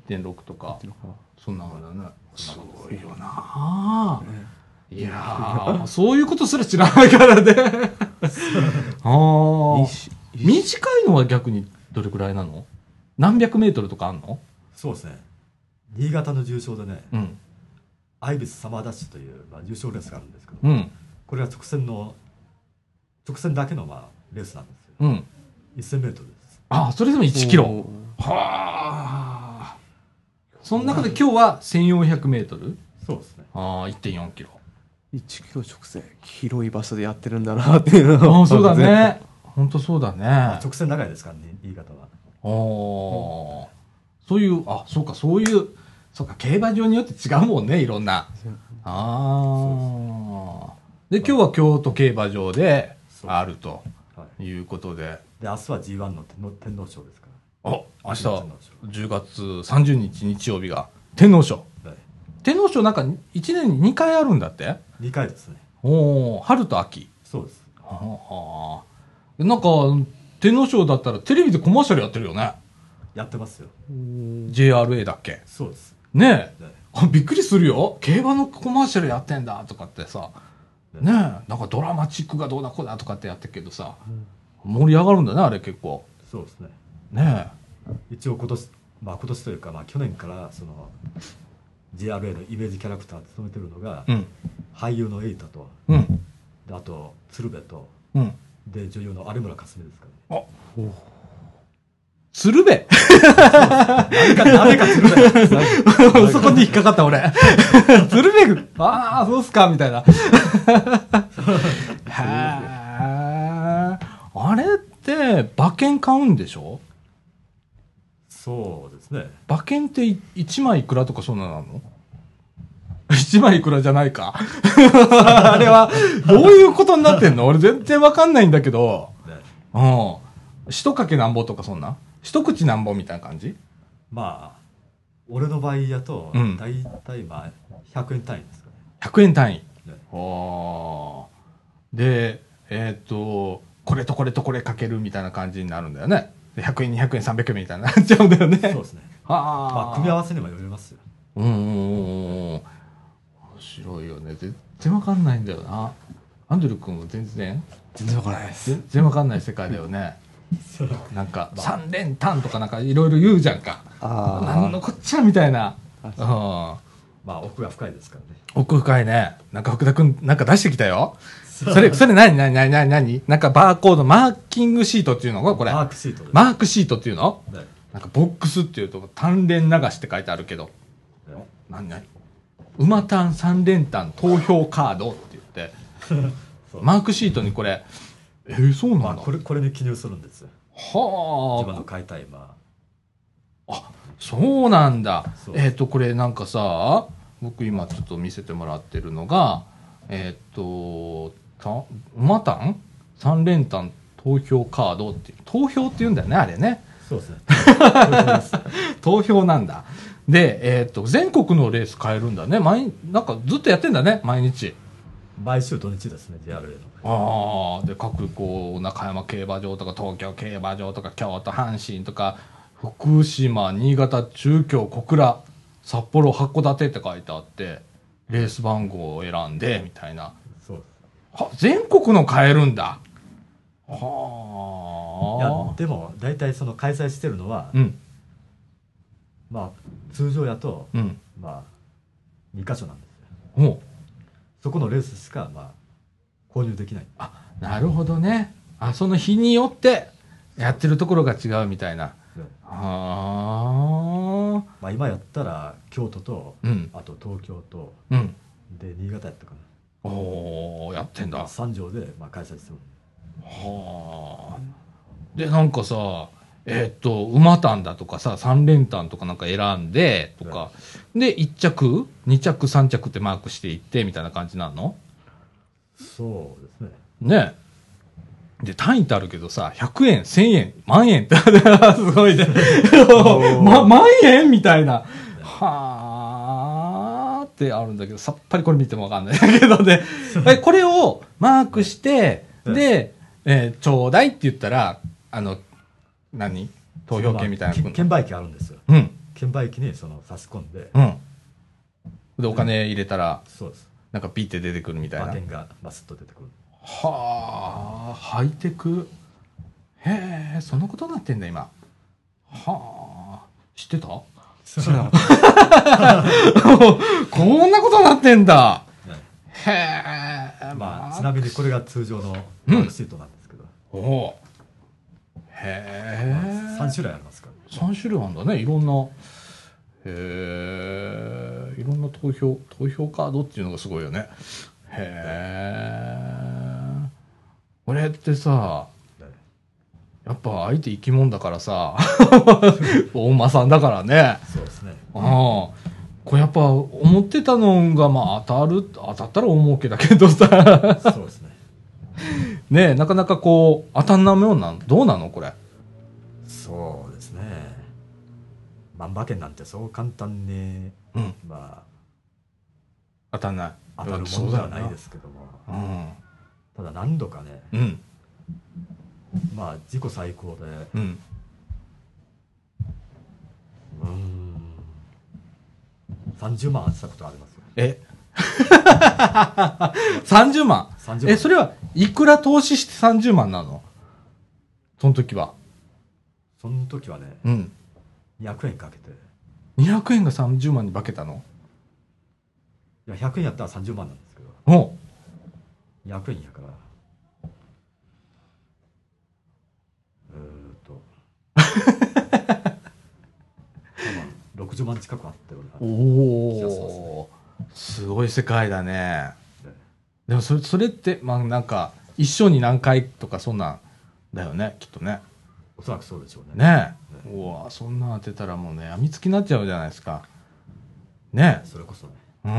S1: 1.6とか
S4: ってのか
S1: そんなもんだねすごいよなあいやーそういうことすら知らないから (laughs) ねああ
S4: 一周
S1: 短いのは逆にどれくらいなの何百メートルとかあんの
S2: そうですね新潟の重賞でね
S1: うん
S2: アイビスサマーダッシュという、まあ、重賞レースがあるんですけど
S1: うん
S2: これが直線の直線だけの、まあ、レースなんですよ
S1: うん
S2: 1000メートルです
S1: ああそれでも1キ
S4: お
S1: ロは
S4: ー
S1: あ。その中で今日は1400メートル
S2: そうですね
S1: ああ、1.4キロ。
S4: 1キロ直線広い場所でやってるんだなっていうの
S1: あ
S4: を
S1: あ、そうだね。本当そうだね。
S2: 直線長いですからね新潟は
S1: おお。そういう、あ、そうか、そういう、そうか、競馬場によって違うもんね、いろんな。ああ。で、今日は京都競馬場で
S2: そう
S1: あると
S2: はい
S1: いうことで、
S2: で明日は G1 の天皇天皇賞ですか
S1: お明日
S2: 天皇
S1: 10月30日日曜日が天皇賞。
S2: ら、はい、
S1: 天皇賞なんか1年に2回あるんだって
S2: 2回ですね
S1: おお、春と秋。
S2: そうです
S1: ああ。なんか、天皇賞だったらテレビでコマーシャルやってるよね。
S2: やってますよ
S1: JRA だっけ。
S2: そうです
S1: ねえ
S2: ね。
S1: あびっくりするよ。競馬のコマーシャルやってんだとかってさ。ねえ。なんかドラマチックがどうだこうだとかってやってるけどさ。盛り上がるんだね、あれ結構。
S2: そうですね
S1: ね
S2: 一応今年まあ今年というかまあ去年からその JRA のイメージキャラクターを務めてるのが、
S1: え。うん。
S2: 俳優のエイタと
S1: うん。
S2: であと鶴瓶と
S1: うん。
S2: で女優の有村架純ですか
S1: 鶴瓶
S2: らね誰か鶴
S1: (laughs)
S2: 瓶
S1: そこに引っかかった
S2: (laughs)
S1: 俺。鶴瓶ああ、そうっすかみたいな。へえ。あれって、馬券買うんでしょ
S2: そうですね
S1: 馬券ってい1枚いくらとかそんなのなの ?1 枚いくらじゃないか。 (laughs) あれは、どういうことになってんの俺全然わかんないんだけど。
S2: ね
S1: うん。一かけなんぼとかそんな一口なんぼみたいな感じ
S2: まあ俺の場合やと
S1: うん
S2: 大体まあ100円単位ですかね
S1: ?100 円単位。
S2: ね
S1: ああ。で、えっ、と、これとこれとこれかけるみたいな感じになるんだよね。で100円、200円、300円みたいにな (laughs) っちゃうんだよね。
S2: そうですね
S1: ああ。
S2: まあ組み合わせにもよりますよ
S1: うんうんうんうん面白いよね。絶然わかんないんだよな。アンドリュー君も全然、
S4: 全然わからないです。
S1: 全然わかんない世界だよね。なんか、三連単とかなんかいろいろ言うじゃんか。なん
S4: あ
S1: のこっちゃみたいな。う
S4: あ
S1: ん。
S2: まあ奥が深いですからね
S1: 奥深いね。なんか福田君なんか出してきたよ。それ、それ何何何何何なんかバーコード、マーキングシートっていうのこれ。
S2: マ
S1: マ
S2: ークシートです、
S1: ークシートっていうの
S2: ね
S1: なんかボックスっていうと、単連流しって書いてあるけど。
S2: ね
S1: 何何馬単三連単投票カードって言って、
S2: (laughs) そう
S1: マークシートにこれ、えー、そう
S2: ま
S1: な
S2: あ、
S1: の
S2: これこれに記入するんですよ自分
S1: は
S2: の買いたいま
S1: あ、そうなんだ
S2: そう。
S1: えっ、と、これなんかさ、僕今ちょっと見せてもらってるのが、えっ、と、た馬単三連単投票カードっていう、投票って言うんだよね、あれね。
S2: あそうですね
S1: 投票なんだ。で、えっ、と、全国のレース変えるんだね。毎日、なんかずっとやってんだね、毎日。
S2: 毎週土日ですね JRA の
S1: ああで各こう中山競馬場とか東京競馬場とか京都阪神とか福島新潟中京小倉札幌函館って書いてあってレース番号を選んでみたいな
S2: そう
S1: は全国の買えるんだ
S2: いや
S1: はあ
S2: でも大体その開催してるのは、
S1: うん
S2: まあ通常やと、
S1: うん
S2: まあ2箇所なんですよ
S1: もう
S2: そこのレースしかまあ購入できない
S1: あなるほどねあその日によってやってるところが違うみたいな
S2: ね
S1: はあ
S2: まあ、今やったら京都と、
S1: うん
S2: あと東京と
S1: うん
S2: で新潟やったか
S1: おおやってん
S2: な
S1: だ
S2: 三条でまあ開催してる
S1: はあ。で、なんかさ、えーっと、馬単だとかさ、三連単とかなんか選んで、とか、で、1着、2着、3着ってマークしていって、みたいな感じなの
S2: そうですね
S1: ねえ。で、単位ってあるけどさ、100円、1000円、万円 (laughs) って、すごいね。ま、万円みたいな。はあってあるんだけど、さっぱりこれ見てもわかんないけど
S2: (laughs)
S1: ね。えこれをマークして、
S2: うん
S1: で、えーちょうだいって言ったら、あの、何投票券みたいな
S2: そ
S1: の
S2: のま
S1: 来るの
S2: あけ券売機あるんですよ
S1: うん、
S2: 券売機にその差し込んで、
S1: うん。で、お金入れたら、
S2: そうです
S1: なんかピって出てくるみたい
S2: 馬
S1: な。
S2: 券がまあスッと出てくる
S1: はあハイテクへえそのことになってんだ今はあ知ってたこんなことになってんだ
S2: ね
S1: へえ (laughs)
S2: まあ、ちなみにこれが通常の
S1: うん
S2: マークシートなんですけど、
S1: おおへ
S2: 三
S1: え
S2: 3種類ありますから、
S1: 3種類あるんだねいろんなへえいろんな投票投票カードっていうのがすごいよねへえこれってさ
S2: ね
S1: やっぱ相手生き物だから
S2: (laughs)
S1: さ大間さんだからね
S2: そうで
S1: (laughs)
S2: すね
S1: うんこれやっぱ思ってたのがまあ当たる当たったら大儲けだけど
S2: (laughs)
S1: さ
S2: そうですね
S1: ねえなかなかこう当たんないもんなんどうなのこれ
S2: そうですねまあ馬券なんてそう簡単に、
S1: うん
S2: ま
S1: 当たんない
S2: あ当たるものではないですすけども
S1: うん
S2: ただ何度かね
S1: うん
S2: まあ自己最高で
S1: う
S2: う
S1: ん
S2: ーん30万当てたことありますよ
S1: え (laughs) 30万
S2: 30万
S1: えそれはいくら投資して30万なのその時は
S2: その時はね
S1: うん
S2: 200円かけてい
S1: 200円が30万に化けたの
S2: や100円やったら30万なんですけど
S1: おう
S2: 200円やからえーっと多分60万近くあったような気がします
S1: おおすごい世界だねでもそれそれってまあなんか一生に何回とかそんなんだよねきっとね
S2: おそらくそうでしょうね
S1: ねえうわそんなん当てたらもうね病みつきになっちゃうじゃないですかねえ
S2: それこそね
S1: うーん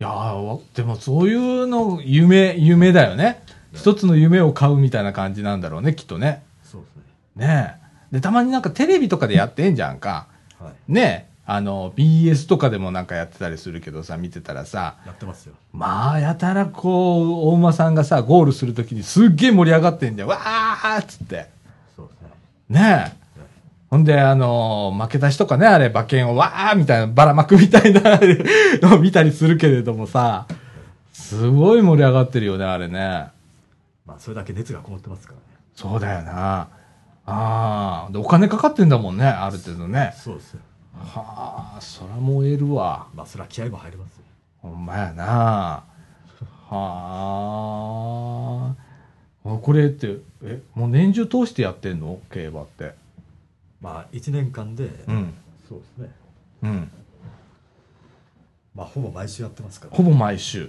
S1: いやーわでもそういうの夢夢だよね一つの夢を買うみたいな感じなんだろうねきっとね
S2: そうですね
S1: ねえでたまになんかテレビとかでやってんじゃんか
S2: はい
S1: ねえあの BS とかでもなんかやってたりするけどさ見てたらさ
S2: やってますよ
S1: まあやたらこう大馬さんがさゴールするときにすっげえ盛り上がってんじゃんわーっつって
S2: そうですね
S1: ねえほんで、あの負けた人かね、あれ、馬券をわーみたいな、ばらまくみたいなのを見たりするけれどもさ、すごい盛り上がってるよね、あれね。
S2: まあ、それだけ熱がこもってますからね。
S1: そうだよな。ああ、で、お金かかってんだもんね、ある程度ね。
S2: そうですよ。
S1: はあ、そら燃えるわ。
S2: まあ、それは気合も入りますよ。
S1: ほんまやな。はあ。あこれって、え、もう年中通してやってんの競馬って。
S2: まあ、1年間で、
S1: うん。
S2: そうですね。
S1: うん。
S2: まあ、ほぼ毎週やってますから。
S1: ほぼ毎週。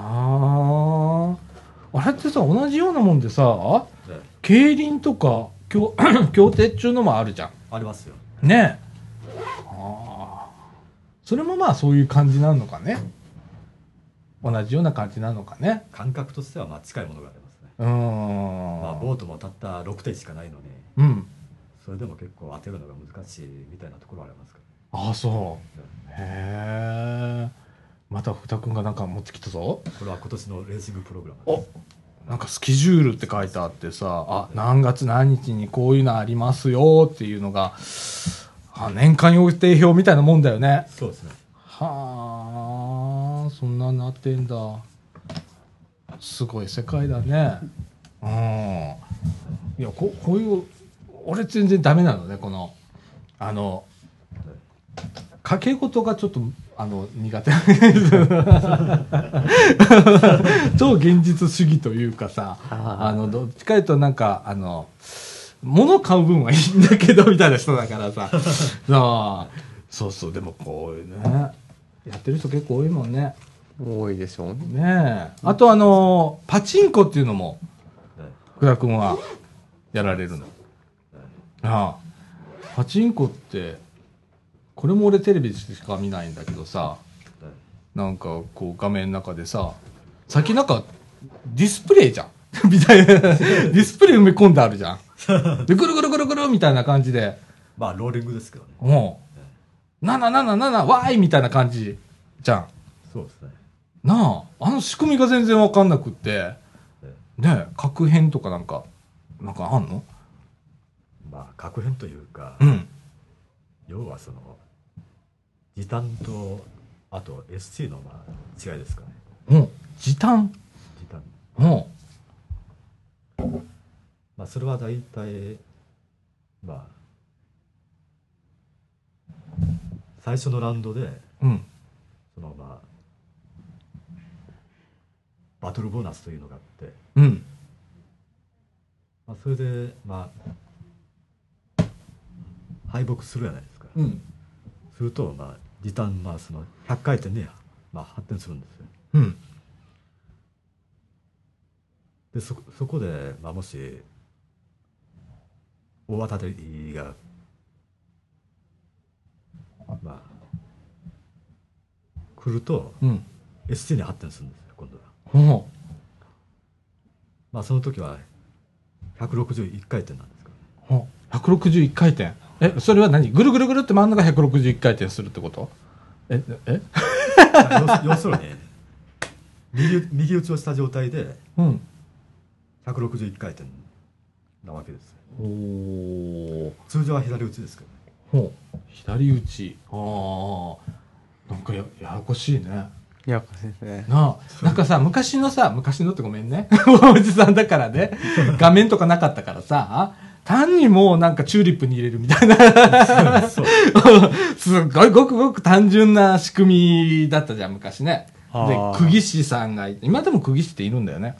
S1: はあ。あれってさ、同じようなもんでさ、
S2: ええ
S1: 競輪とか、 (coughs) 競、競艇っちゅうのもあるじゃ
S2: ありますよ。
S1: ん。ねえ。はあ。それもまあそういう感じなのかね。同じような感じなのかね。
S2: 感覚としては、まあ、近いものがありますね。
S1: うーん。
S2: まあ、ボートもたった6点しかないのに、
S1: うん。
S2: それでも結構当てるのが難しいみたいなところはありますから。
S1: ああそうへえまた福田君がなんか持ってきたぞ
S2: これは今年のレーシングプログラムです
S1: おなんかスケジュールって書いてあってさあ何月何日にこういうのありますよっていうのがあ年間予定表みたいなもんだよね
S2: そうですね。
S1: はあそんなんなってんだすごい世界だねうんいやここういう俺全然ダメなのねこのあの掛け事がちょっとあの苦手 (laughs) 超現実主義というかさ
S4: あー
S1: あのどっちかいうとなんかあの物買う分はいいんだけどみたいな人だから (laughs) さそうそうそうでもこういうねやってる人結構多いもんね
S4: 多いでしょうね。
S1: ねえあとあのパチンコっていうのも
S2: ね
S1: 福田君はやられるの
S2: ね
S1: ああパチンコってこれも俺テレビしか見ないんだけどさ
S2: ね
S1: なんかこう画面の中でさ先なんかディスプレイじゃん (laughs) みたいなディスプレイ埋め込んであるじゃんでぐるぐるぐるぐるみたいな感じで
S2: まあ、ローリングですけどね。
S1: もう777わーいみたいな感じじゃん
S2: そうですね。
S1: なああの仕組みが全然わかんなくって
S2: ね
S1: ねえ確変とかなんかなんかあんの
S2: まあ、確変というか、
S1: うん
S2: 要はその、時短と、あと SC のまあ違いですかね。
S1: もう時短
S2: 時短。
S1: も
S2: まあ、それは大体、まあ、最初のラウンドで、
S1: ううん
S2: そのまあ、バトルボーナスというのがあって、
S1: うん
S2: まあ、それで、まあ、敗北するじゃないですか。
S1: うん
S2: すると、まあ、時短、まあ、その100回転で、まあ、発展するんですよ。
S1: うん
S2: でそそこで、まあ、もし大当たりが、まあ、来ると
S1: うん
S2: SC に発展するんですよ今度は、
S1: も
S2: まあ、その時は161回転なんですけどね
S1: うもう161回転えそれは何ぐるぐるぐるって真ん中161回転するってことええ
S2: ま (laughs) あ要す要するに右右打ちをした状態で
S1: うん
S2: 161回転なわけですよ
S1: おお
S2: 通常は左打ちですけどね
S1: ほう左打ちああなんかやややこしいね
S4: いや、これですね。
S1: なあなんかさ、昔のさ、昔のってごめんね。 (laughs) おじさんだから
S4: (laughs)
S1: ね。画面とかなかったからさ、単にもうなんかチューリップに入れるみたいな。 (laughs) すっごいごくごく単純な仕組みだったじゃん、昔ね。で
S4: あ、ー
S1: 釘師さんがいて、今でも釘師っているんだよね。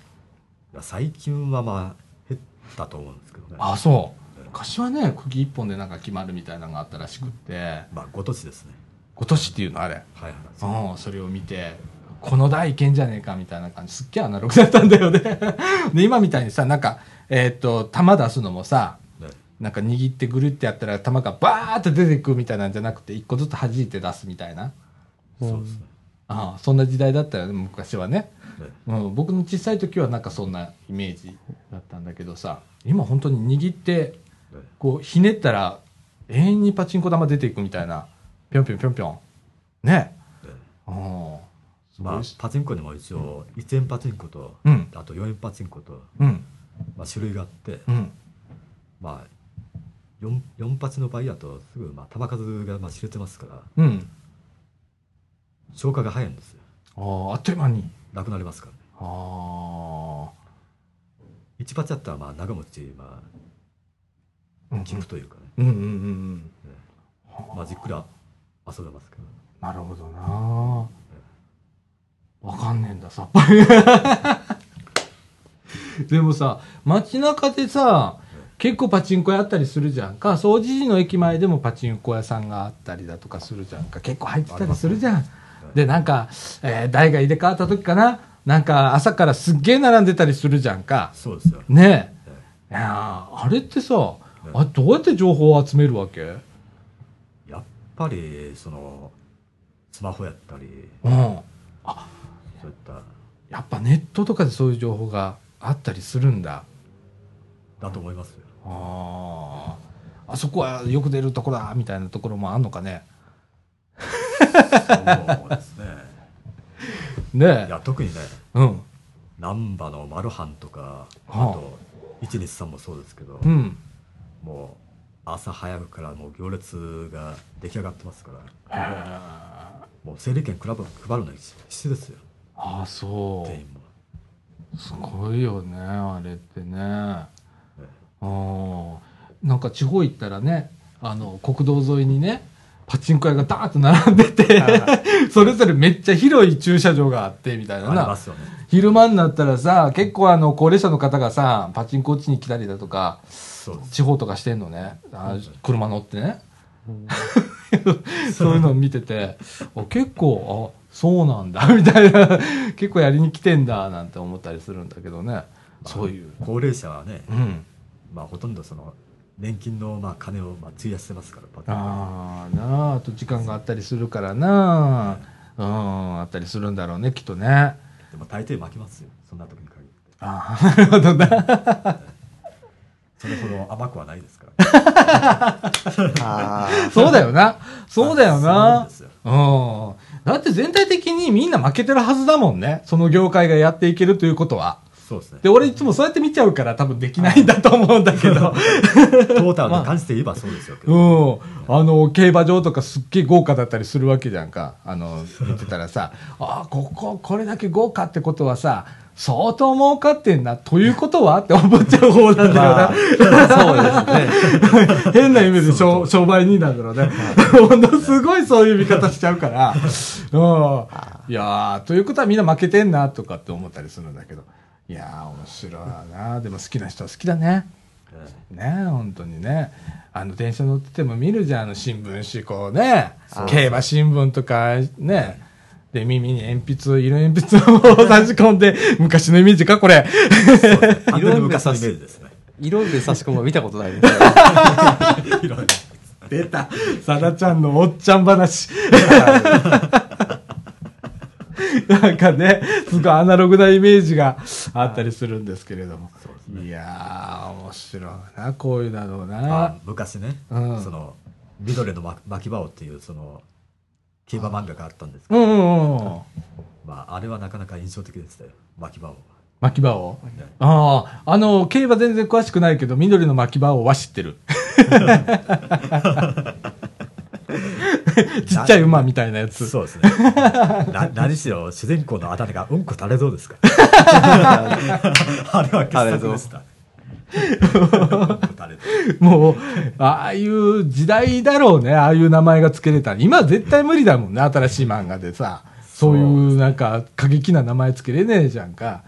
S2: いや最近はまあ減ったと思うんですけどね
S1: あ、そう。昔はね、釘一本でなんか決まるみたいなのがあったらしくって、
S2: まあ5年ですね
S1: 今年っていうのあれ。
S2: はいはい
S1: うん、それを見て、この台いけんじゃねえかみたいな感じ、すっげえアナログだったんだよね。 (laughs) で、今みたいにさ、なんか、えーっと、球出すのもさ、
S2: ね
S1: なんか握ってぐるってやったら球がバーって出てくみたいなんじゃなくて、一個ずつ弾いて出すみたいな。
S2: そうですね
S1: ああそんな時代だったよね、昔はね。う
S2: ね
S1: ん、僕の小さい時はなんかそんなイメージだったんだけどさ、今本当に握って、
S2: ね
S1: こう、ひねったら、永遠にパチンコ玉出ていくみたいな。ぴょんぴょんぴょんぴょん。ね。
S2: ね
S1: うん。すごい
S2: まあ
S1: っす、
S2: パチンコにも一応1円パチンコと、
S1: うん
S2: あと4円パチンコと、
S1: うん。
S2: まあ、種類があって、
S1: うん。
S2: まあ 4, 4パチの場合だとすぐまあ球数がまあ知れてますから
S1: うん。
S2: 消化が早いんですよ
S1: ああーあっという間に
S2: なくなりますからね
S1: あ
S2: 一発やったらまあ長持ち、ま
S1: あうん
S2: あ、効くというかね、
S1: うんうんうんうん
S2: まあ、じっくりあ遊べますけど
S1: なるほどなわかんねえんださっぱ (laughs) りでもさ街中でさ結構パチンコ屋あったりするじゃんか掃除時の駅前でもパチンコ屋さんがあったりだとかするじゃんか結構入ってたりするじゃん、でなんか、えー台が入れ替わった時かななんか朝からすっげえ並んでたりするじゃんか
S2: そうですよ
S1: ねえいやーあれってさあどうやって情報を集めるわけ
S2: やっぱりそのスマホやったり
S1: うん
S2: そういった
S1: やっぱネットとかでそういう情報があったりするんだ
S2: だと思います
S1: (laughs)
S2: よ
S1: あああそこはよく出るところだみたいなところもあんのかね
S2: そうですね
S1: ね
S2: い
S1: え
S2: や特にね
S1: うん
S2: 難波のマルハンとかあ
S1: はあ
S2: と123もそうですけど、
S1: うん
S2: もう朝早くからもう行列が出来上がってますからもう整理券クラブ配るのに必死ですよ
S1: ああそ
S2: 店員も
S1: うすごいよねあれってねあ
S2: え
S1: あなんか地方行ったらねあの国道沿いにねパチンコ屋がダーッと並んでて (laughs) それぞれめっちゃ広い駐車場があってみたい
S2: あ
S1: な
S2: り
S1: な
S2: ますよね
S1: 昼間になったらさ結構あの高齢者の方がさパチンコ打ちに来たりだとか
S2: そうです
S1: 地方とかしてんのねあ車乗ってね (laughs) そういうのを見ててあ結構あそうなんだ (laughs) みたいな結構やりに来てんだなんて思ったりするんだけどねそういう
S2: 高齢者はね、
S1: うん
S2: まあ、ほとんどその年金のまあ金をまあ費やしてますからパターン
S1: ああなああと時間があったりするからなあうんあったりするんだろうねきっとね
S2: でも大抵負けますよそんな時に限って
S1: あ (laughs) あなるほどな
S2: それほど甘くはないですから
S1: (laughs)
S4: ああ。
S1: そうだよな (laughs) そうだよ
S2: そう
S1: な
S2: ですよ
S1: うん。だって全体的にみんな負けてるはずだもんね。その業界がやっていけるということは。
S2: そうですね
S1: で、俺いつもそうやって見ちゃうから多分できないんだと思うんだけど。
S2: トータルに関して言えばそうですよけど、
S1: うん。あの、競馬場とかすっげえ豪華だったりするわけじゃんか。あの、見てたらさ、ああ、ここ、これだけ豪華ってことはさ、相当儲かってんな。ということはって思っちゃう方なんだよな。
S4: そうです
S1: (laughs)
S4: ね。
S1: 変な意味で商商売人なんだろうね。ものすごいそういう見方しちゃうから。うん。いやー、ということはみんな負けてんなとかって思ったりするんだけど。いやー、面白いな。でも好きな人は好きだね。(laughs)
S2: え
S1: ね本当にね。あの、電車乗ってても見るじゃん、あの、新聞紙、こうね
S4: そう。
S1: 競馬新聞とか、ね。で、耳に鉛筆、色鉛筆を差し込んで、昔のイメージか、こ (laughs) れ。
S2: え完全に昔のイメージですね
S4: 色で差し込むの見たことないです (laughs) ね。
S2: いろいろ
S1: 出た。さだちゃんのおっちゃん話。 (laughs) なんかね、すごいアナログなイメージがあったりするんですけれども。いやー、面白いな、こういうだろう
S2: あ
S1: な。
S2: 昔ね、
S1: うん
S2: その緑のま巻き場をっていうその競馬漫画があったんですけ
S1: う
S2: ど
S1: んうんうん。
S2: まあ、あれはなかなか印象的でしたよ巻き場を
S1: 巻き場を
S2: ね
S1: ああ、あの、競馬全然詳しくないけど、緑の巻き場をは知って (laughs) る。ちっちゃい馬みたいなやつ。
S2: そうですねな何しろ主人公のあだ名がうんこ垂れそうですからあれは傑作でしたうんこ垂れ像
S1: もう、ああいう時代だろうね、ああいう名前が付けれたら。今は絶対無理だもんね、新しい漫画でさ。そういうなんか過激な名前付けれねえじゃんか。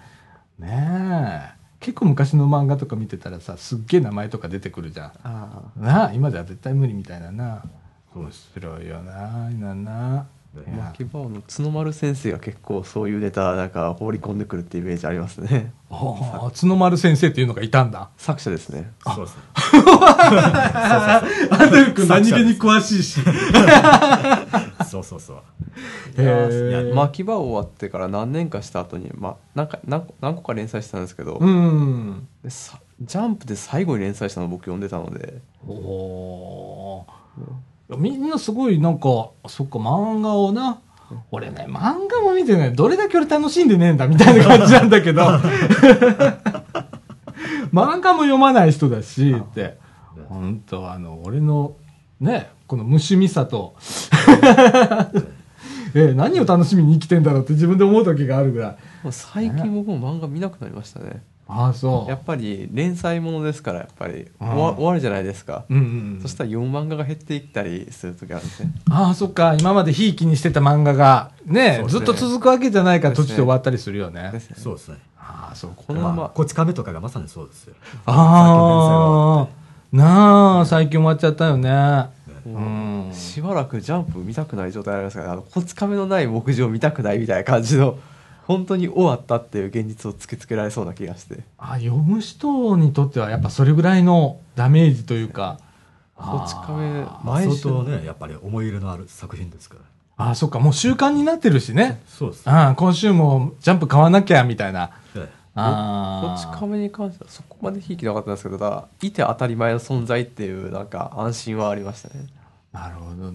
S1: ねえ。結構昔の漫画とか見てたらさ、すっげえ名前とか出てくるじゃん。
S4: あ
S1: なあ、今では絶対無理みたいなな。面白いよな、なな。い
S2: ね
S4: あ。
S1: や
S4: 巻き場の角丸先生が結構そういうネタなんか放り込んでくるってイメージありますね。
S1: ああ、角丸先生っていうのがいたんだ。
S4: 作者ですね。
S2: そうですね
S1: アンドル君何気に詳しいし。
S2: そうそうそう
S1: へえ。
S4: 巻き場終わってから何年かした後に、まあ、なんか何個何個か連載してたんですけど、
S1: うん。
S4: でさジャンプで最後に連載したの僕読んでたので、
S1: おーみんなすごいなんかそっか漫画をな俺ね漫画も見てないどれだけ俺楽しんでねえんだみたいな感じなんだ
S4: (laughs)
S1: けど漫画も読まない人だしって本
S4: (laughs)
S1: 当あの俺のねこの無趣味さとえー何を楽しみに生きてんだろうって自分で思う時があるぐらい。
S4: もう最近僕も漫画見なくなりましたね
S1: ああ、そ
S4: やっぱり連載ものですからやっぱり
S1: うん
S4: 終わ終わるじゃないですか、
S1: う。うんうんうん
S4: そしたら読む漫画が減っていったりする時あるんですね
S1: ああ、そっか。今までひいきにしてた漫画が、ね、
S4: そうです
S1: ず
S4: ね
S1: っと続くわけじゃないから
S4: そ
S1: 途中
S4: うです
S1: で
S4: ね
S1: 終わったりするよね。
S4: ですね
S2: そうですね。
S1: ああ、そうか。
S4: このまま、
S2: まあ、こち亀とかがまさにそうですよ。
S1: ああ、なあ、最近終わっちゃったよね。うん
S4: もうしばらくジャンプ見たくない状態になりますからねあのこつかめのない牧場見たくないみたいな感じの (laughs) 本当に終わったっていう現実を突きつけられそうな気がして
S1: あ読む人にとってはやっぱそれぐらいのダメージというか。
S4: こつかめ
S1: あ
S2: まあ、
S4: 毎
S2: 相
S4: 週
S2: 当ね、やっぱり思い入れのある作品ですから。
S1: ああ、そっか。もう習慣になってるしね。
S2: そうですね。
S1: うん、今週もジャンプ買わなきゃみたいな。
S2: ええ
S1: あ
S4: こち
S1: あ。
S4: 亀に関してはそこまでひいきなかったんですけどただいて当たり前の存在っていうなんか安心はありましたね
S1: なるほど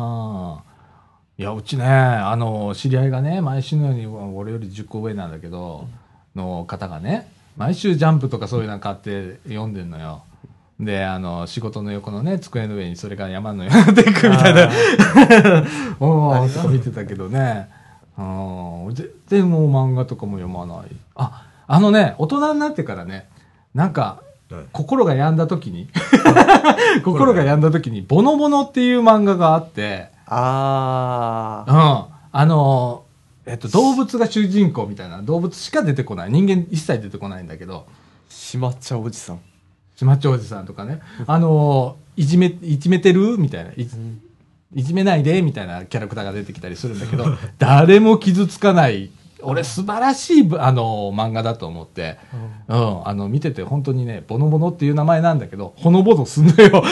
S1: ないやうちねあの知り合いがね毎週のようにう俺より10個上なんだけどの方がね毎週「ジャンプ」とかそういうの買って読んでんのよ。であの仕事の横のね机の上にそれから山のように (laughs) なっていくみたいな (laughs) おおとか見てたけどねうん全然もう漫画とかも読まないああのね大人になってからねなんか
S2: え
S1: 心が病んだ時 (laughs) に心が病んだ時に「ボノボノ」っていう漫画があって、
S4: あ
S1: うん、あのえっと、動物が主人公みたいな動物しか出てこない人間一切出てこないんだけど
S4: しまっちゃうおじさん
S1: 島町おじさんとかねあのいじめいじめてるみたいないじいじめないでみたいなキャラクターが出てきたりするんだ (laughs) けど誰も傷つかない俺素晴らしいあの漫画だと思って。うん、あの見てて本当にねボノボノっていう名前なんだけどほのぼのすんのよ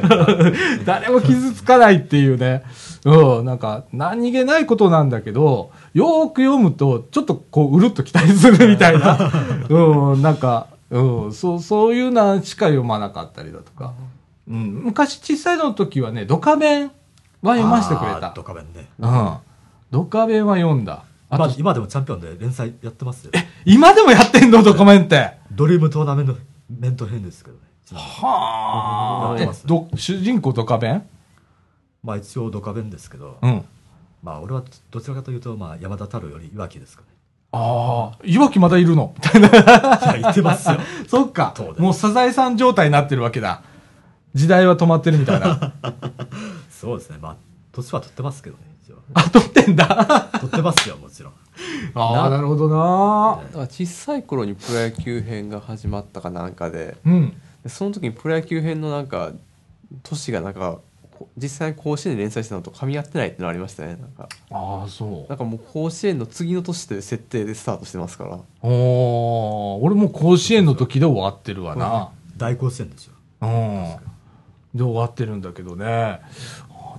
S1: (laughs) 誰も傷つかないっていうね、うん、なんか何気ないことなんだけどよーく読むとちょっとこううるっと期待するみたいな、 (laughs) うん、なんか、うん、そうそういうのしか読まなかったりだとか、うん、昔小さいの時はね「ドカベン」は読ませてくれ
S2: あ
S1: た
S2: ードカベンね。
S1: うん「ドカベン」は読んだあと、
S2: まあ、今でもチャンピオンで連載やってますよ。
S1: 今でもやってんのドカベンって。
S2: ドリームトーナメントメント編ですけどね。
S1: は
S2: あ
S1: あ。ど主人公ドカベン？
S2: まあ、一応ドカベンですけど、
S1: うん。
S2: まあ、俺はどちらかというと、まあ、山田太郎より岩木ですか
S1: ああ、いわきまだいる (laughs) の。
S2: ね。いや、言っ
S1: (laughs)
S2: てますよ。
S1: そっか
S2: そうだ。よ
S1: もうサザエさん状態になってるわけだ。時代は止まってるみたい (laughs) な。
S2: そうですね。まあ、年は取ってますけどね、一応。
S1: あ、撮ってん (laughs) だ。
S2: 取ってますよ、もちろん。
S1: ああ、なるほどな
S4: だ。から小さい頃にプロ野球編が始まったかなんかで
S1: うん。
S4: でその時にプロ野球編のなんか都市がなんかこ実際に甲子園で連載してたのと噛み合ってないってのありましたねなんか
S1: ああ、そ
S4: なんかもう甲子園の次の年という設定でスタートしてますから
S1: う。おー俺も甲子園の時で終わってるわな。
S2: 大甲子園でしょ。
S1: うん。で終わってるんだけどね。あ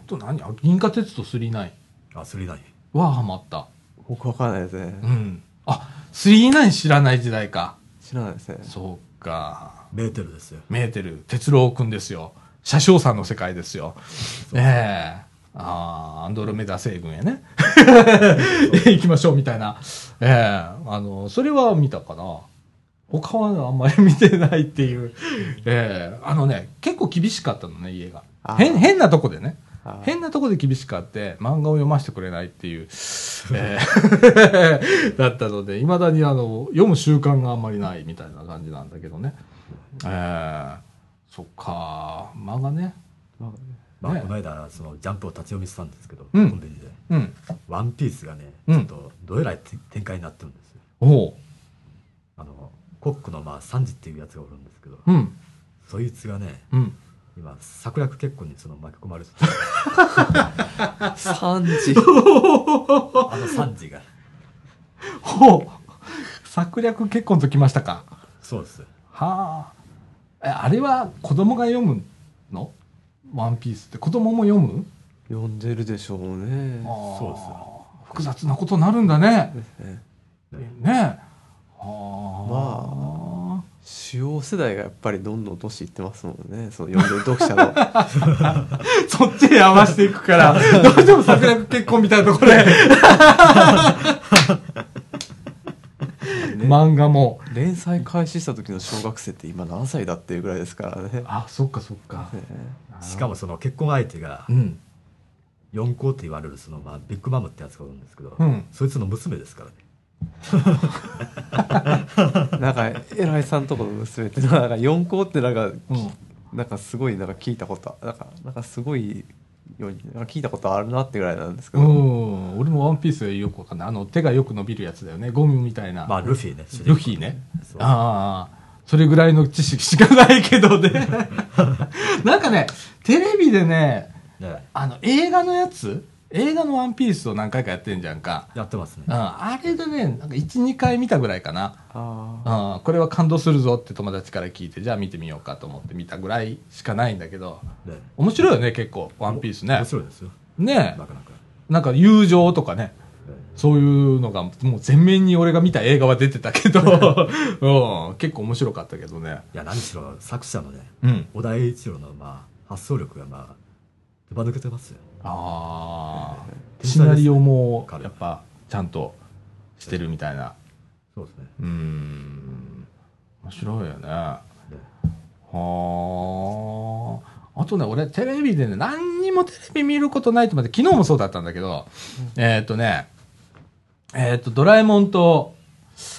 S1: と何あ銀河鉄道39
S2: あ、スリーナイン。
S1: はハマった。
S4: 僕わからないですね
S1: うん。あ、39知らない時代か。
S4: 知らないですね
S1: そうか。
S2: メーテルですよ。
S1: メーテル、哲郎くんですよ。車掌さんの世界ですよ。ええああ、アンドロメダ星群へね。 (laughs) 行きましょうみたいな。ええあの、それは見たかな。他はあんまり見てないっていう。ええあのね、結構厳しかったのね、家が
S4: あ。ー
S1: 変、変なとこでね。
S4: あー
S1: 変なとこで厳しくあって、漫画を読ませてくれないって
S2: (laughs)
S1: いう、えー (laughs) だったので、いまだにあの、読む習慣があんまりないみたいな感じなんだけどね。えー、そっか、漫画ね。
S2: まあ、
S1: ね
S2: この間、そのジャンプを立ち読みしたんですけど、
S1: うん
S2: コンビニで。
S1: うん。
S2: ワンピースがね、
S1: う
S2: ちょ
S1: ん
S2: っと、どえらいて展開になってるんですよ。
S1: おう。
S2: あの、コックの、まあ、サンジっていうやつがおるんですけど、
S1: うん。
S2: そいつがね、
S1: うん。
S2: 今、策略結婚にその巻き込まれて
S1: (laughs)
S4: 3時
S2: た、あのサンジが。
S1: ほう。策略結婚ときましたか。
S2: そうです。
S1: はあ。え、あれは子供が読むのワンピースって子供も読む
S4: 読んでるでしょうね
S2: そうです
S1: う複雑なことになるんだね。
S4: ですね
S1: ね
S2: ね
S1: え。はあ。ま
S4: 主要世代がやっぱりどんどん年いってますもんねその読んでる読者の (laughs)
S1: あ、そっちに合わせていくから、どうしても策略結婚みたいなところ
S2: (laughs)
S1: で。漫画も。
S4: 連載開始した時の小学生って今何歳だっていうぐらいですからね
S1: あ、そっかそっか。
S4: ね
S2: しかもその結婚相手が
S1: う、ん。
S2: 四皇って言われるその、まあ、ビッグマムってやつがおるんですけど、
S1: うん
S2: そいつの娘ですからね
S4: なんか偉いさんとこの娘ってなんか四校ってなんか、なんかすごいなんか聞いたことなんかなんかすごいようになんか聞いたことあるなってぐらいなんですけ
S1: う
S4: ど、
S1: ん俺もワンピースよくわかんないあの手がよく伸びるやつだよねゴムみたいな、
S2: まあルフィね
S1: ルフィね
S2: そう
S1: ああそれぐらいの知識しかないけど
S2: (laughs)
S1: ねなんかねテレビでね
S2: ね
S1: あの映画のやつ映画の「ワンピースを何回かやってんじゃんか、
S2: やってますね
S1: うん、あれでねなんか12回見たぐらいかな
S4: あ
S1: ああこれは感動するぞって友達から聞いてじゃあ見てみようかと思って見たぐらいしかないんだけど
S2: ね
S1: 面白いよね結構「ワンピースね
S2: 面白いですよ
S1: ね
S2: なかなか
S1: えなんか友情とかね
S2: ね
S1: そういうのがもう全面に俺が見た映画は出てたけど、
S2: (laughs)
S1: うん、結構面白かったけどね
S2: いや何しろ作者のね
S1: うん
S2: 小田栄一郎の、まあ、発想力がまあ手ば抜けてますよ
S1: ああ
S2: 天才ですね
S1: シナリオも
S2: 彼
S1: や
S2: は
S1: っぱちゃんとしてるみたいな
S2: そうですね
S1: うーん面白いよね
S2: ね
S1: はあ。あとね、俺、テレビでね、何にもテレビ見ることないと思って、昨日もそうだったんだけど、えーっとね、えーっと、ドラえもんと、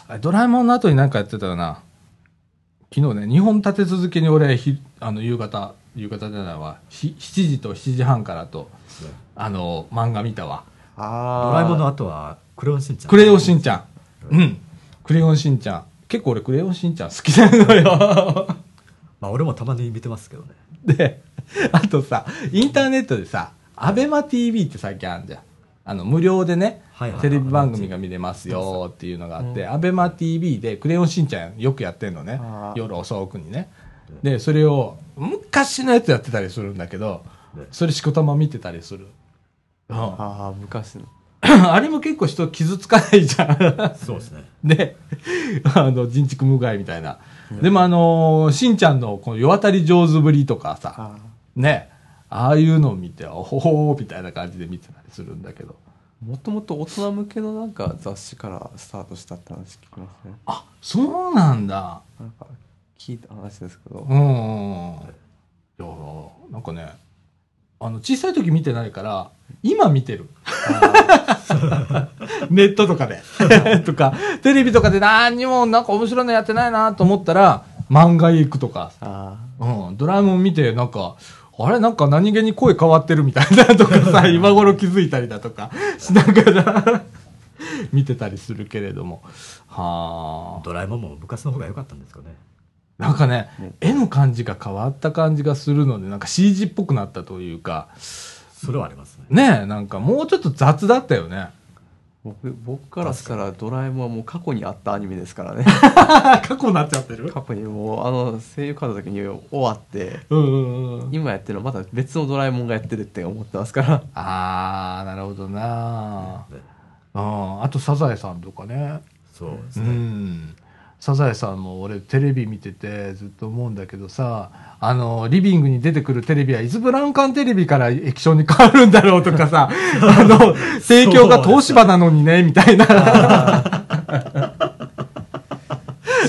S1: あれドラえもんの後に何かやってたよな。昨日ね、2本立て続けに俺、ひあの、夕方、夕方じゃないわ、ひ7時と7時半からと、
S2: ね
S1: あの、漫画見たわ。
S4: ああ
S2: ド
S4: あ
S2: ラえもんの後はクレヨンしんちゃん
S1: クレヨンしんちゃん。うん。クレヨンしんちゃん。結構俺、クレヨンしんちゃん好きなのよ。
S2: まあ俺もたまに見てますけどね
S1: で、あとさ、インターネットでさ、アベマ t v って最近あるじゃん。あの、無料でね、
S2: はいはいはい
S1: テレビ番組が見れますよっていうのがあって、アベマ t v でクレヨンしんちゃんよくやってんのね
S4: あ。ー
S1: 夜遅くにね。で、それを、昔のやつやってたりするんだけど
S2: ね、
S1: それしこたま見てたりする。うん
S4: ああ昔の
S1: (coughs) あれも結構人傷つかないじゃん。 (laughs)
S2: そうですね
S1: で、あの、人畜無害みたいな。でもあのーしんちゃんのこの世渡り上手ぶりとかさ、
S4: あ
S1: ねああいうのを見ておほほーみたいな感じで見てたりするんだけど
S4: ーもともと大人向けのなんか雑誌からスタートしたって話聞きますね
S1: あそうなんだ
S4: なんか聞いた話ですけど
S1: うんうんうんいやーなんかねあの小さい時見てないから今見てるネットとか (laughs) でとかテレビとかで何にもなんか面白いのやってないなと思ったら漫画へ行くとか
S4: あ
S1: うん、ドラえもん見て、なんか、あれなんか何気に声変わってるみたいなとか (laughs) さ、今頃気づいたりだとかしながら (laughs) 見てたりするけれども。はあ。
S2: ドラえもんも昔の方が良かったんですかね
S1: なんかね、絵の感じが変わった感じがするので、なんか CG っぽくなったというか、
S2: それはありますね
S1: ねえ、なんかもうちょっと雑だったよね。
S4: 僕僕からしたらドラえもんはもう過去にあったアニメですから (laughs) ね
S1: (laughs) 過去になっちゃってる
S4: 過去にもうあの声優変わった時に終わって
S1: うんうんうん。
S4: 今やってるのはまだ別のドラえもんがやってるって思ってますから
S1: あー、なるほどな
S2: ね
S1: ああとサザエさんとかね。
S2: そうです
S1: う
S2: ね、
S1: ん、サザエさんも俺テレビ見ててずっと思うんだけどさあのリビングに出てくるテレビはいつブラウン管テレビから液晶に変わるんだろうとか
S2: (laughs)
S1: さあの提供が東芝なのにねみたいな
S2: (laughs)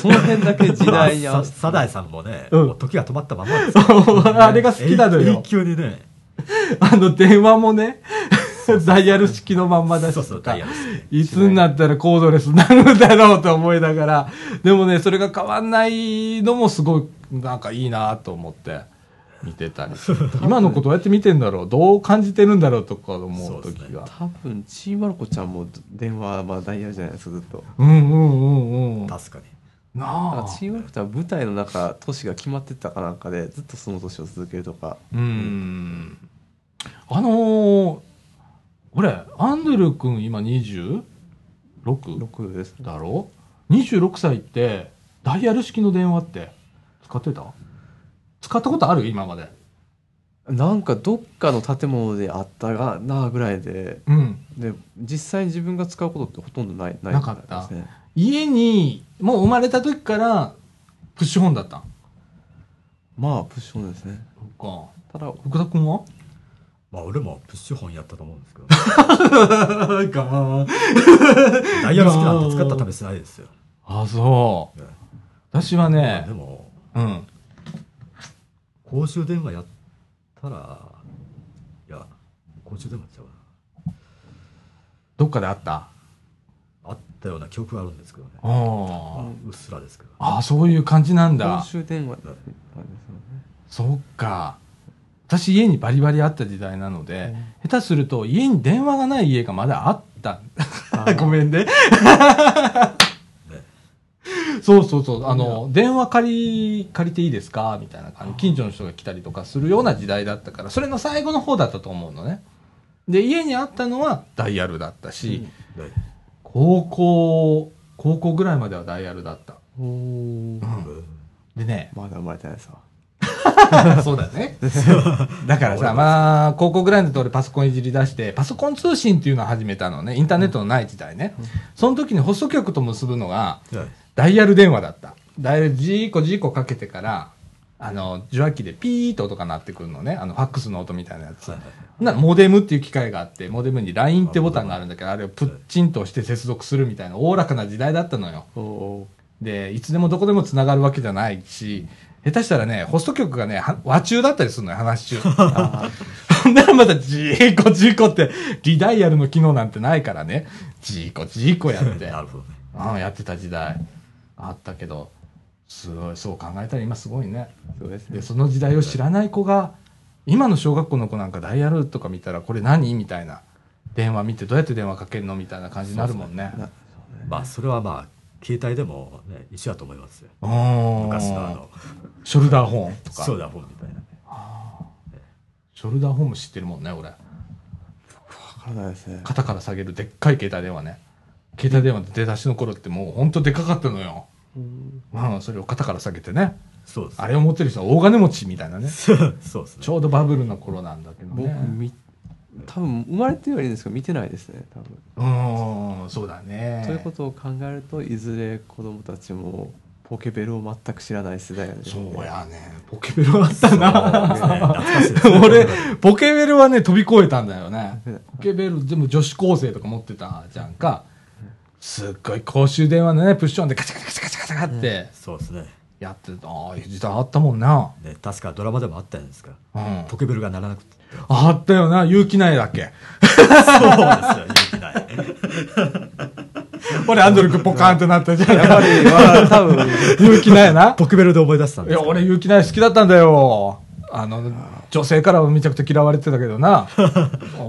S4: その辺だけ時
S2: まあ
S4: 代に合わ
S2: さ
S4: せて
S2: サダイさんもね、
S1: うん
S2: もう時が止まったままで
S1: (laughs)
S2: す
S1: あれが好きなの
S2: 永
S1: よ
S2: 永久にね
S1: あの電話もねダイヤル式のまんまだし
S2: そ
S1: と
S2: うそう
S1: か
S2: ダイヤル式
S1: (laughs) いつになったらコードレスになるんだろうと思いながらでもねそれが変わんないのもすごいなんかいいなと思って見てたり今の子どうやって見てんだろうどう感じてるんだろうとか思う時
S2: そうです
S1: がう,、
S4: (laughs) 多分ちーまる子ちゃんも電話まあダイヤルじゃないですかずっと
S1: んうんうんうんな
S2: 確かに
S4: なん
S1: あ
S4: かチーまる子ちゃんは舞台の中年が決まってたかなんかでずっとその年を続けるとか
S1: うんあのー、俺アンドルー君今 26?
S4: 6ですね
S1: だろ ?26 歳ってダイヤル式の電話って使ってた使ったことある今まで
S4: なんかどっかの建物であったがなあぐらいで
S1: うん
S4: で実際に自分が使うことってほとんどないない
S1: なかった
S4: ですね
S1: 家にもう生まれた時からプッシュホンだったん
S4: まあプッシュオンですね
S1: か
S4: ただ
S1: 福田君は
S2: まあ俺もプッシュ本やったと思うんですけ
S1: (laughs)
S2: ど
S1: か
S2: ダイヤル式なんて使った試しないですよ、
S1: あそう
S2: ね
S1: 私は
S2: まあ
S1: ね
S2: でも
S1: うん
S2: 公衆電話やったらいや公50でもちゃうな
S1: どっかであった
S2: あったような記憶があるんですけどね
S1: あー
S2: うっすらですけど
S1: あーそういう感じなん
S4: 公
S1: だ
S4: 衆電話だね
S1: そっか私家にバリバリあった時代なので、下手すると家に電話がない家がまだあった
S4: あ
S1: (laughs)
S4: ー
S1: ごめんねそうそうそうあの電話借り借りていいですかみたいな感じ近所の人が来たりとかするような時代だったからそれの最後の方だったと思うのねで家にあったのはダイヤルだったし、
S2: で
S1: 高校高校ぐらいまではダイヤルだった
S4: おー
S1: でね
S4: まだ生まれてないさ
S1: (laughs) そうだね。だ (laughs) からさ、まあ、高校ぐらいの時俺パソコンいじり出して、パソコン通信っていうのを始めたのね。インターネットのない時代ね。その時にホスト局と結ぶのが、
S2: はい
S1: ダイヤル電話だった。ダイヤルジーコジーコかけてから、あの、受話器でピーっと音が鳴ってくるのね。あの、ファックスの音みたいなやつ。
S2: はいはい
S1: なモデムっていう機械があって、モデムに LINE ってボタンがあるんだけど、あれをプッチンと押して接続するみたいな、おおらかな時代だったのよ。
S4: お
S1: で、いつでもどこでも繋がるわけじゃないし、下手したらね、ホスト局がね、は和中だったりするのよ、
S2: (laughs)
S1: 話し中。
S4: あ
S1: ほんならまたジーコジーコって、リダイヤルの機能なんてないからね、ジーコジーコや
S2: (laughs)
S1: って、
S2: なるほどね
S1: うん、やってた時代あったけど、すごい、そう考えたら今すごいね。
S4: そうですね
S1: で、その時代を知らない子が、今の小学校の子なんかダイヤルとか見たら、これ何みたいな。電話見てどうやって電話かけるのみたいな感じになるもんね。
S4: な
S2: まあそれはまあ携帯でもね一緒だと思いますよ
S1: うん
S2: 昔のあの
S1: ショルダーホーンとか。
S2: そうだ本みたいなね
S1: ショルダーホーム知ってるもんね、俺。
S4: わからないですね
S1: 肩から下げるでっかい携帯電話ね。携帯電話出だしの頃ってもうほんとでかかったのよ。
S4: うん
S1: うん、それを肩から下げてね。
S2: そうです
S1: あれを持ってる人は大金持ちみたいなね。
S2: (laughs) そうですね
S1: ちょうどバブルの頃なんだけど
S4: 僕
S1: ね。
S4: み多分生まれてはいるんですけど見てないですね多分
S1: うーん、そうだね。
S4: ということを考えるといずれ子供たちもポケベルを全く知らない世代ですね
S1: そうやね。ポケベルあったな。
S2: そうですね懐かしいですね
S1: 俺、ポケベルはね、飛び越えたんだよね。ポケベル、でも女子高生とか持ってたじゃんか。すっごい公衆電話のね、プッションでカチャカチャカチャカチャカチャって
S2: そうですね
S1: やってた。ああ、いう時代あったもんな。
S2: ね確かドラマでもあったじゃないですか
S1: うん
S2: ポケベルが鳴らなく (laughs) て
S1: あったよな、勇気ないだっけ。
S2: そうですよ勇気ない
S1: 俺、アンドル君ポカーンってなったじゃん。
S4: やっぱり、まあ、多分
S1: 勇気ないな。
S2: ポケベルで思い出したん
S1: い
S2: です
S1: や、
S2: けど
S1: 俺、勇気ない好きだったんだよ。あの、女性からはめちゃくちゃ嫌われてたけど (laughs) な。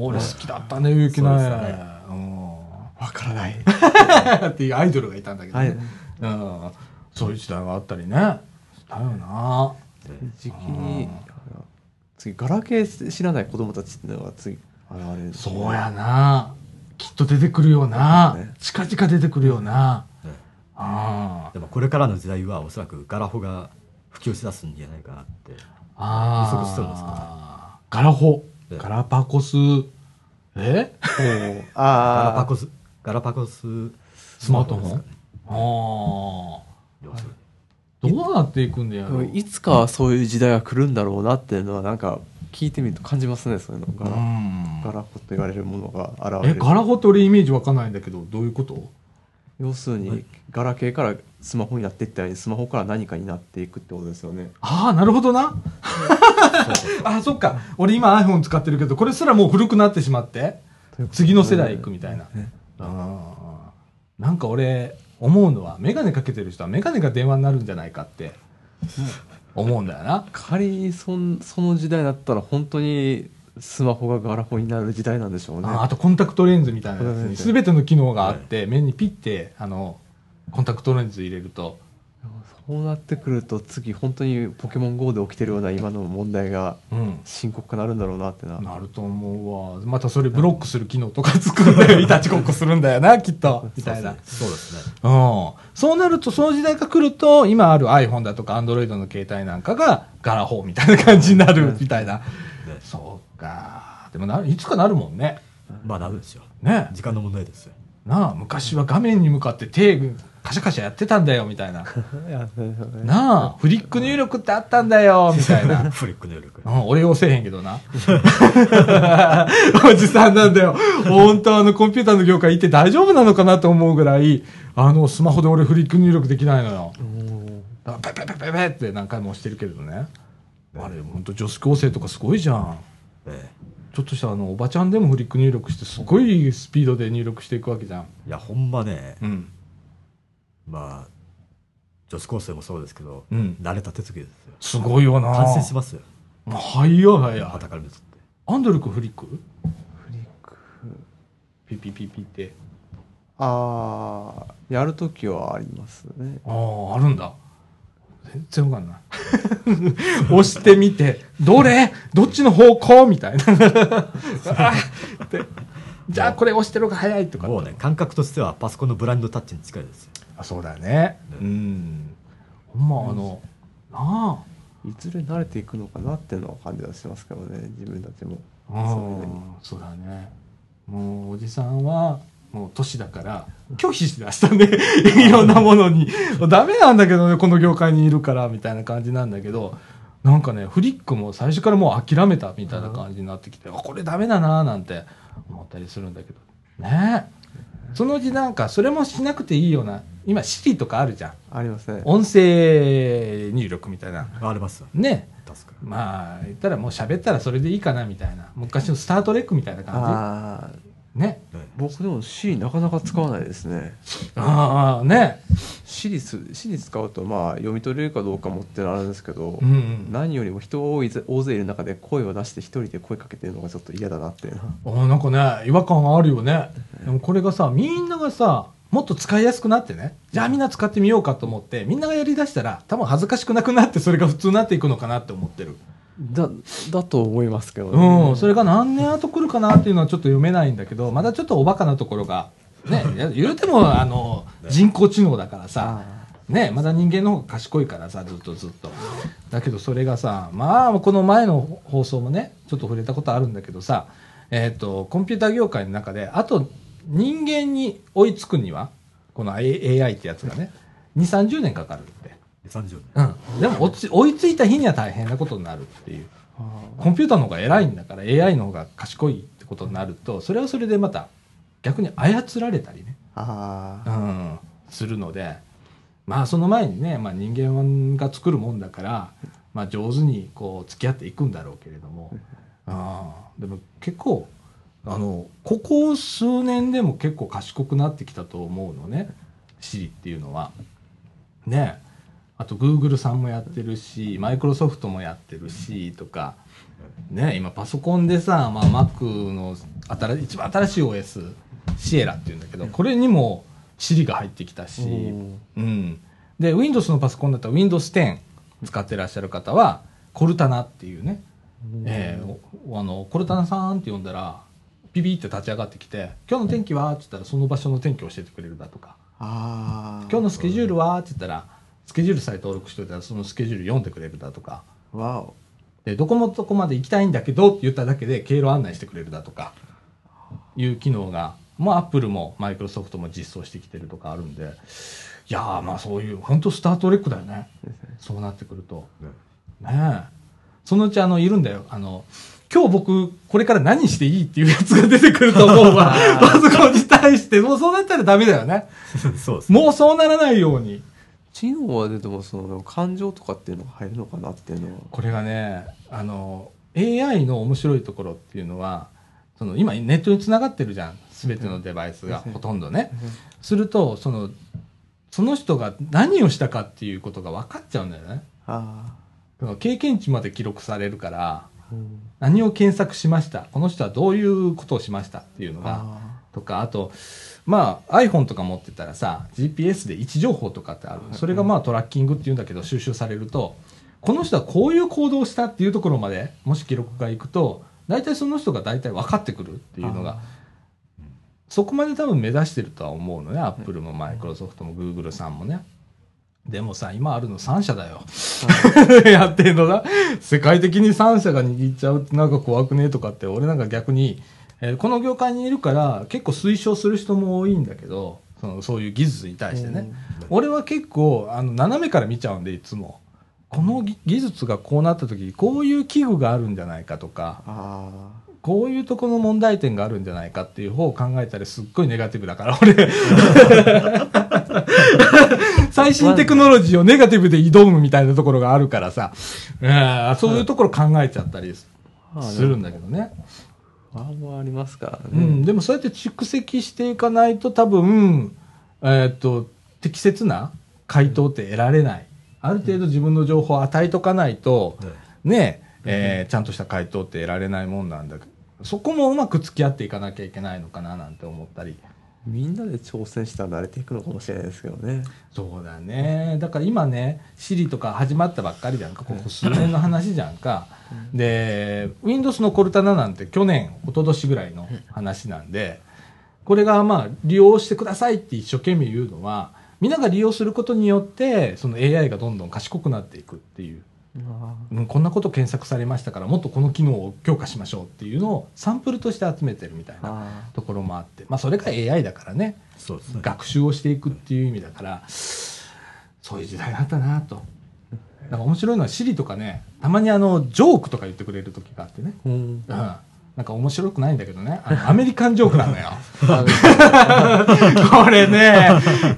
S1: 俺好きだったね、勇気ない。
S2: そうですよ
S1: わからない。 (laughs) っていうアイドルがいたんだけど
S4: は
S1: ね
S4: い。
S1: うんそういう時代があったりね。だよな。
S4: 時期にあの次ガラケー知らない子供たちっていうのが次現れる
S1: そうやな。きっと出てくるよな
S4: そうね。
S1: 近々出てくるよな。
S2: ね
S1: あ
S2: でもこれからの時代はおそらくガラホが普及しだすんじゃないかなって
S1: あ。あ
S2: 不足してるんですかね
S1: あ。ガラホ。
S2: ええ
S1: ガラパコス。え
S4: おう
S2: ガラ
S4: あ
S2: パ
S4: あ
S2: ゴスガラパゴス
S1: (laughs) スマートフォ
S2: です
S1: ン
S2: かね
S1: ああ。
S2: 要するに
S1: どうなっていくんだよ
S4: で。もいつかはそういう時代が来るんだろうなっていうのはなんか聞いてみると感じますねそういうのガ
S1: う
S4: ラ,、
S1: ん
S4: ガラホと言われるものが現れ
S1: え、
S4: る
S1: ガラホって俺イメージわかんないんだけど、どういうこと
S4: 要するにガラケーからスマホになっていったようにスマホから何かになっていくってことですよね
S1: ああ、なるほどな。 (laughs) あ、そっか。俺今 iPhone 使ってるけど、これすらもう古くなってしまって、次の世代行くみたいな。あーなんか俺、思うのは、メガネかけてる人はメガネが電話になるんじゃないかって、思うんだよな。
S4: 仮にそんその時代だったら本当にスマホがガラホになる時代なんでしょうね
S1: ああとコンタクトレンズみたいなやつ
S4: コンタクトレ
S1: に
S4: ンズ
S1: 全ての機能があって、目にピッて、あの、コンタクトレンズ入れると、
S4: そうなってくると次本当にポケモン GO で起きてるような今の問題が
S1: うん。
S4: 深刻化なるんだろうなってな
S1: なると思うわまたそれブロックする機能とか作んだよいたちごっこするんだよなきっとみたいなう
S2: そうですね
S1: んそうなるとその時代が来ると今ある iPhone だとか Android の携帯なんかがガラホーみたいな感じになるみたいな
S2: ね
S1: そうかでもないつかなるもんね
S2: まあなるでしょう
S1: ね
S2: 時間の問題ですよ
S1: なあ昔は画面に向かって手カシャカシャやってたんだよみたいな
S4: いやそうですよね
S1: なあフリック入力ってあったんだよみたいな
S2: (laughs) フリック入力
S1: うん、俺用せえへんけどな。 (laughs) おじさんなんだよ。本当あの、コンピューターの業界行って大丈夫なのかなと思うぐらい、あの、スマホで俺フリック入力できないのよ。だからペペペペペって何回も押してるけれどね。あれ、本当女子高生とかすごいじゃん。
S2: ええ
S1: ちょっとしたあのおばちゃんでもフリック入力してすごいスピードで入力していくわけじゃん、
S2: いやほんまね
S1: うん
S2: まあ女子高生もそうですけど、
S1: うん、
S2: 慣れた手つきですよ
S1: すごいよな
S2: 感染しますよ
S1: もう早い早い
S2: はたから見るとって
S1: アンドル君フリック
S4: フリック
S1: ピピピピって
S4: ああやるときはありますね
S1: あああるんだ全然わかんない (laughs) 押してみてどれどっちの方向みた (laughs) いなあーってじゃあこれ押してる方が早いとか
S2: もうね感覚としてはパソコンのブラインドタッチに近いですよ
S1: あそうだよねうんほんまあのない
S4: ずれ慣れていくのかなっていうのは感じはしますけどね自分たちも
S1: あうんそうだねもうおじさんはもう年だから拒否しだしたね (laughs) いろんなもの (laughs) にダメなんだけどねこの業界にいるからみたいな感じなんだけどなんかねフリックも最初からもう諦めたみたいな感じになってきて、あこれダメだななんて思ったりするんだけどねそのうちなんかそれもしなくていいような今 Siri とかあるじゃん
S4: ありますね
S1: 音声入力みたいな
S2: ありますよ
S1: ね
S2: 確かに
S1: まあ言ったらもう喋ったらそれでいいかなみたいな昔の「スター・トレック」みたいな感
S4: ああ
S1: じね
S2: ね
S4: 僕でも C なかなか使わないですね
S1: ああね
S4: C にす C に使うとまあ読み取れるかどうかもってのはあるんですけど、
S1: うんうん
S4: 何よりも人が多いぜ大勢いる中で声を出して一人で声かけてるのがちょっと嫌だなっていうのは
S1: あーなんかね違和感があるよねでもこれがさみんながさもっと使いやすくなってねじゃあみんな使ってみようかと思ってみんながやりだしたら多分恥ずかしくなくなってそれが普通になっていくのかなって思ってる
S4: だだと思いますけど
S1: うん、それが何年後来るかなっていうのはちょっと読めないんだけどまだちょっとおバカなところがねや言うてもあの人工知能だからさ
S4: あ
S1: ねまだ人間の方が賢いからさずっとずっとだけどそれがさまあこの前の放送もねちょっと触れたことあるんだけどさえっ、とコンピューター業界の中であと人間に追いつくにはこの A- AI ってやつがね2 3 0年かかるって
S2: 30
S1: うんでも追いつ追いついた日には大変なことになるっていう
S4: あ
S1: コンピューターの方が偉いんだから AI の方が賢いってことになるとそれはそれでまた逆に操られたりね、
S4: あ
S1: う
S4: あ
S1: ん、するのでまあその前にね、まあ、人間が作るもんだから、まあ、上手にこう付き合っていくんだろうけれども、うん、でも結構あのここ数年でも結構賢くなってきたと思うのね Siri っていうのは。ねあと Google さんもやってるしマイクロソフトもやってるしとか。ね、今パソコンでさ、まあ、Mac の新し一番新しい OS シエラっていうんだけどこれにも Siri が入ってきたし、
S4: うん
S1: うん、で Windows のパソコンだったら Windows10 使ってらっしゃる方はコルタナっていうね、えーおあのコルタナさんって呼んだらビビって立ち上がってきて「今日の天気は?」って言ったらその場所の天気を教えてくれるだとか
S4: あ
S1: 「
S4: あ
S1: 今日のスケジュールは?」って言ったらスケジュールさえ登録しておいたらそのスケジュール読んでくれるだとか。
S4: わお
S1: でどこもどこまで行きたいんだけどって言っただけで経路案内してくれるだとかいう機能がもうアップルもマイクロソフトも実装してきてるとかあるんでいやーまあそういう本当スター・トレックだよねそうなってくると
S2: ね
S1: ねえそのうちあのいるんだよあの今日僕これから何していいっていうやつが出てくると思うわパソコンに対してもうそうなったらダメだよね
S2: そうですね
S1: もうそうならないように
S4: 知能は出てもその感情とかっていうのが入るのかなっていうのは
S1: これがねあの AI の面白いところっていうのはその今ネットにつながってるじゃん全てのデバイスが
S4: うん
S1: ほとんどね。するとそのその人が何をしたかっていうことが分かっちゃうんだよね。
S4: あ
S1: その経験値まで記録されるから
S4: あ、うん、
S1: 何を検索しましたこの人はどういうことをしましたっていうのが
S4: あ
S1: とかあとまあ iPhone とか持ってたらさ GPS で位置情報とかってあるそれがまあトラッキングっていうんだけど収集されるとこの人はこういう行動をしたっていうところまでもし記録がいくと大体その人が大体分かってくるっていうのがそこまで多分目指してるとは思うのねアップルもマイクロソフトもグーグルさんもね。でもさ、今あるの3社だよ。 (laughs) やってんのな。世界的に3社が握っちゃうってなんか怖くねとかって、俺なんか逆に、えーこの業界にいるから結構推奨する人も多いんだけど、そのそういう技術に対してね。俺は結構、あの、斜めから見ちゃうんで、いつも。この技技術がこうなった時、こういう器具があるんじゃないかとか、
S4: ああ
S1: こういうとこの問題点があるんじゃないかっていう方を考えたりすっごいネガティブだから (laughs) 俺最新テクノロジーをネガティブで挑むみたいなところがあるからさうんそういうところ考えちゃったりす
S4: ああ
S1: するんだけどね
S4: ファームはありますから
S1: う
S4: ね。
S1: ん、でもそうやって蓄積していかないと多分、えーっと適切な回答って得られないある程度自分の情報を与えとかないと、ねえーちゃんとした回答って得られないもんなんだけどそこもうまく付き合っていかなきゃいけないのかななんて思ったり
S4: みんなで挑戦したら慣れていくのかもしれないですけどね。
S1: そうだねだから今ね Siri とか始まったばっかりじゃんかここ数年の話じゃんかで Windows のコルタナなんて去年一昨年ぐらいの話なんでこれがまあ利用してくださいって一生懸命言うのはみんなが利用することによってその AI がどんどん賢くなっていくっていう、うん、こんなこと検索されましたからもっとこの機能を強化しましょうっていうのをサンプルとして集めてるみたいな
S4: あ
S1: ところもあってまあそれが AI だからね
S2: そうですね
S1: 学習をしていくっていう意味だからそういう時代だったなと。なんか面白いのは Siri とかねたまにあのジョークとか言ってくれる時があってね、
S4: あ。うん
S1: うん、なんか面白くないんだけどねあのアメリカンジョークなの (laughs) よこれね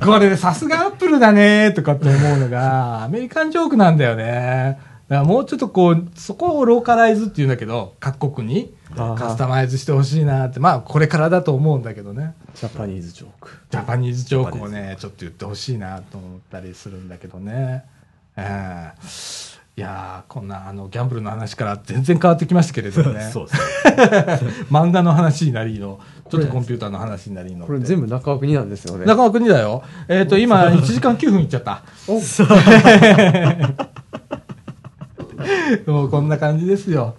S1: これねさすがアップルだねとかって思うのがアメリカンジョークなんだよねだからもうちょっとこうそこをローカライズっていうんだけど各国に
S4: あー
S1: カスタマイズしてほしいなってまあこれからだと思うんだけどね
S2: ジャパニーズジョーク
S1: ジャパニーズジョークをね、ちょっと言ってほしいなと思ったりするんだけどね。ええいやーこんなあのギャンブルの話から全然変わってきましたけれど (laughs) もね
S2: そうですね
S1: (laughs) 漫画の話になりのちょっとコンピューターの話になりの
S4: これ全部中尾国なんですよね。
S1: 中川国だよえっ、と今1時
S4: (laughs)
S1: 間9分いっちゃった (laughs) もうこんな感じですよ。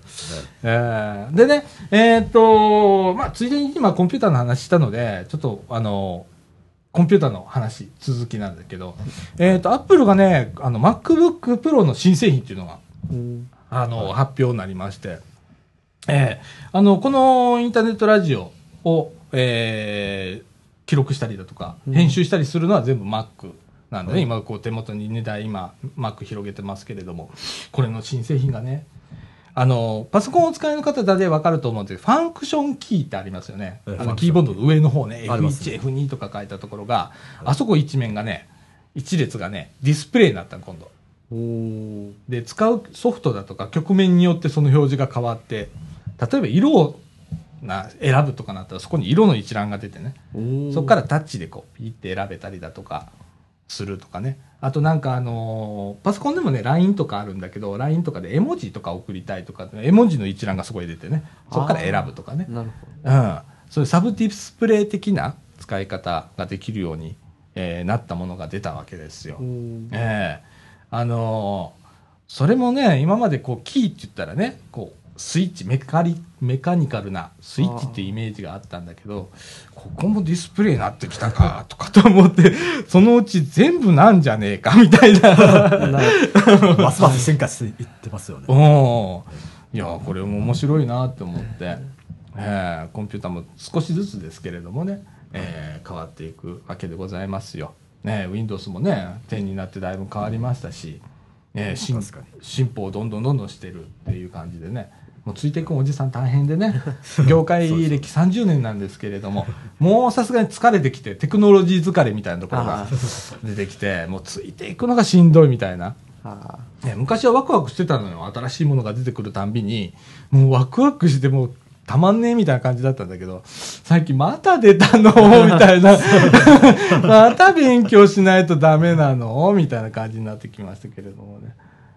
S1: えーでね、えーっと、まあ、ついでに今コンピューターの話したので、ちょっとあの、コンピューターの話、続きなんだけど、えーっと、アップルがね、あの、MacBook Pro の新製品っていうのが、
S4: うん
S1: あの、発表になりまして、えーあの、このインターネットラジオを、えー記録したりだとか、
S4: うん
S1: 編集したりするのは全部 Mac なんでね、今こう手元に値段今、Mac 広げてますけれども、これの新製品がね、あの、パソコンをお使いの方だでわかると思うんですけど、ファンクションキーってありますよね。
S2: ええ
S1: あ
S2: ファ
S1: の、
S2: ンクシ
S1: キー
S2: ョン
S1: ボードの上の方ね、
S2: あります
S1: F1、F2 とか書いたところが、あそこ一面がね、一列がね、ディスプレイになったの今度。
S4: おー
S1: で使うソフトだとか局面によってその表示が変わって例えば色をな選ぶとかなったらそこに色の一覧が出てね
S4: おー
S1: そこからタッチでこうピーって選べたりだとかするとかねあとなんかあのーパソコンでもね LINE とかあるんだけど LINE とかで絵文字とか送りたいとか絵文字の一覧がそこに出てねそこから選ぶとかね
S4: なるほ
S1: うん、そういうサブディスプレイ的な使い方ができるように、えーなったものが出たわけですよ。
S4: ど。うん
S1: ええあのーそれもね今までこうキーって言ったらねこうスイッチメカリメカニカルなスイッチっていうイメージがあったんだけどここもディスプレイになってきたかとかと思ってそのうち全部なんじゃねえかみたいな
S2: ますます進化していってますよね
S1: おいやこれも面白いなって思って、ええコンピューターも少しずつですけれどもね、ええ変わっていくわけでございますよ。ね、Windows もね点になってだいぶ変わりましたし、ね、進
S2: 確かに
S1: 進歩をどんどんどんどんしてるっていう感じでねもうついていくおじさん大変で
S2: (laughs)
S1: ね業界歴30年なんですけれどももうさすがに疲れてきてテクノロジー疲れみたいなところが
S4: あ
S1: 出てきてもうついていくのがしんどいみたいな。
S4: あ
S1: ね、昔はワクワクしてたのよ新しいものが出てくるたんびにもうワクワクしてもうたまんねえみたいな感じだったんだけど最近また出たのみたいなまた勉強しないとダメなのみたいな感じになってきましたけれどもね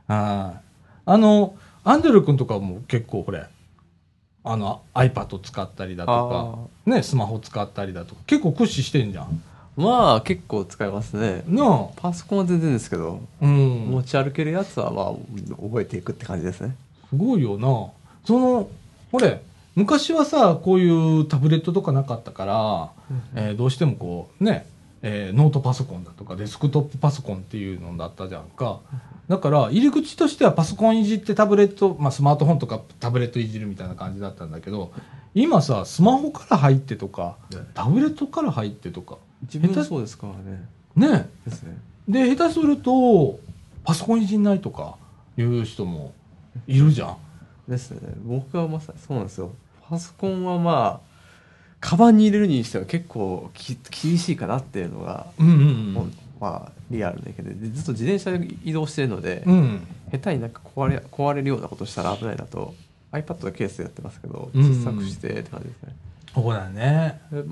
S1: はいあのアンドル君とかも結構これあの iPad 使ったりだとか、ね、スマホ使ったりだとか結構駆使してんじゃん。
S4: ーまあ結構使いますね。
S1: なあ
S4: パソコンは全然ですけど、
S1: うん、
S4: 持ち歩けるやつはまあ覚えていくって感じですね。
S1: すごいよな。その、ほれ、昔はさ、こういうタブレットとかなかったから、えーどうしてもこう、ね、えーノートパソコンだとかデスクトップパソコンっていうのだったじゃんか。だから、入り口としてはパソコンいじってタブレット、まあスマートフォンとかタブレットいじるみたいな感じだったんだけど、今さ、スマホから入ってとか、タブレットから入ってとか、
S4: 自分はそうですからね。
S1: ね。
S4: ですね。
S1: で、下手すると、パソコンいじんないとかいう人もいるじゃん。
S4: ですね。僕はまさにそうなんですよ。パソコンはまあ、カバンに入れるにしては結構き厳しいかなっていうのが、
S1: うんうん
S4: もうまあリアルな意見ででずっと自転車で移動してるので、
S1: うん。うん。
S4: 下手になんか壊れ壊れるようなことしたら危ないなと iPad のケースでやってますけど
S1: うん
S4: 小さくしてって感じですね、
S1: そうだね
S4: で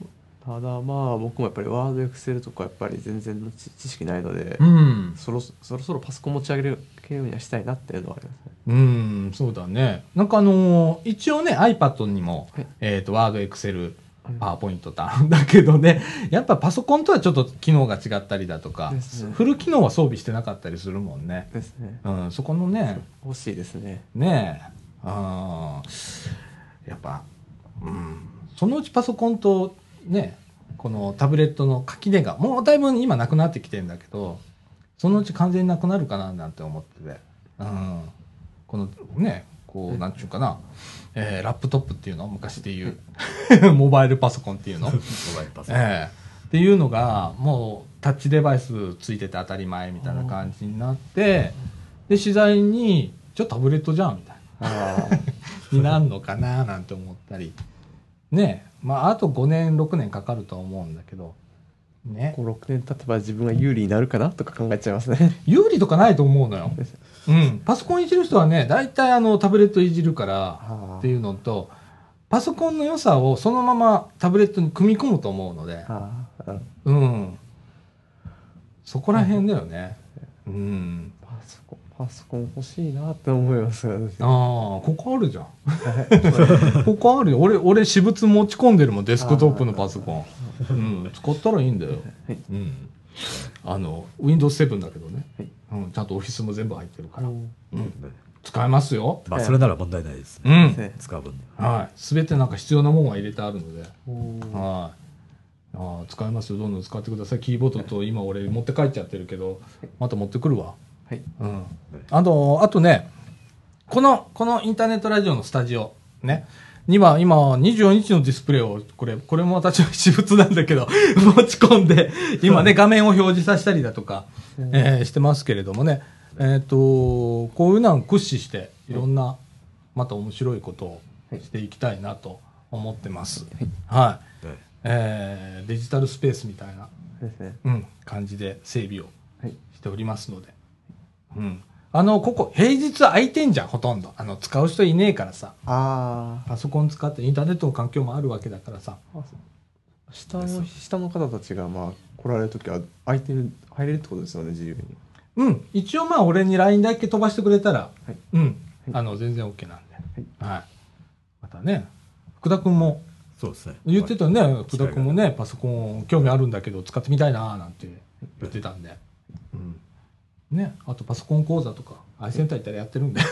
S4: ただまあ僕もやっぱりワードエクセルとかやっぱり全然の知知識ないので、
S1: うん
S4: そろそそろそろパソコン持ち上げるようにはしたいなっていうのはありますね
S1: うんそうだねなんかあのー一応ね iPad にも
S4: はい
S1: えっ、とワードエクセルパワーポイントだ (laughs) だけどねやっぱパソコンとはちょっと機能が違ったりだとか
S4: ですね
S1: フル機能は装備してなかったりするもんね
S4: ですね
S1: うんそこのね
S4: 欲しいです
S1: (laughs)
S4: ね
S1: ねえあーやっぱ、うん、そのうちパソコンとねこのタブレットの垣根がもうだいぶ今なくなってきてんだけどそのうち完全になくなるかななんて思ってて、うん、このねこうなんちゅうかな、えーラップトップっていうの昔で言う (laughs) モバイルパソコンっていうの
S2: バイルパス。
S1: ええっていうのがもうタッチデバイスついてて当たり前みたいな感じになってで取材に「ちょっとタブレットじゃん」みたい
S4: ああ
S1: なになるのかな (laughs) なんて思ったりねえまああと5年6年かかるとは思うんだけどね
S4: こう6年経てば自分が有利になるかなとか考えちゃいますね
S1: 有利とかないと思うのよ、うん、パソコンいじる人はね大体あのタブレットいじるから
S4: あ
S1: っていうのとパソコンの良さをそのままタブレットに組み込むと思うので
S4: あああ
S1: うん。そこら辺だよね。うん。
S4: パソコンパソコン欲しいなって思います私
S1: ああ、ここあるじゃん。 (laughs) ここあるよ。俺、俺、私物持ち込んでるもん、デスクトップのパソコン。うん、使ったらいいんだよ。うん。あの、Windows7 だけどね。うん、ちゃんとオフィスも全部入ってるから。うん。使えますよ。
S2: (laughs) まあ、それなら問題ないですね。
S1: うん。
S4: ね
S2: 使う分ね。
S1: はい。すべてなんか必要なものは入れてあるので。
S4: は
S1: はい。ああ使えますよどんどん使ってくださいキーボードと今俺持って帰っちゃってるけどまた持ってくるわ
S4: い
S1: うん、あのあとねこのこのインターネットラジオのスタジオね今今24インチのディスプレイをこれこれも私は私物なんだけど (laughs) 持ち込んで今ね画面を表示させたりだとか、えーしてますけれどもねえっ、とこういうのを駆使していろんなまた面白いことをしていきたいなと思ってますはい
S2: はい
S1: えーデジタルスペースみたいな、
S4: ですね
S1: うん感じで整備を
S4: はい
S1: しておりますので、うん、あのここ平日空いてんじゃんほとんどあの使う人いねえからさ
S4: あ
S1: パソコン使ってインターネットの環境もあるわけだからさ
S4: あ下の下の方たちがまあ来られる時は空いてる入れるってことですよね自由に
S1: うん一応まあ俺に LINE だけ飛ばしてくれたら、
S4: はい
S1: うん
S4: はい
S1: あの全然 OK なんで、はいまたね福田君も
S2: そうですね。
S1: 言ってたね、福田
S2: 機会が
S1: 君もねパソコン興味あるんだけど使ってみたいなーなんて言ってたんで、うんね、あとパソコン講座とか愛センター行ったらやってるんで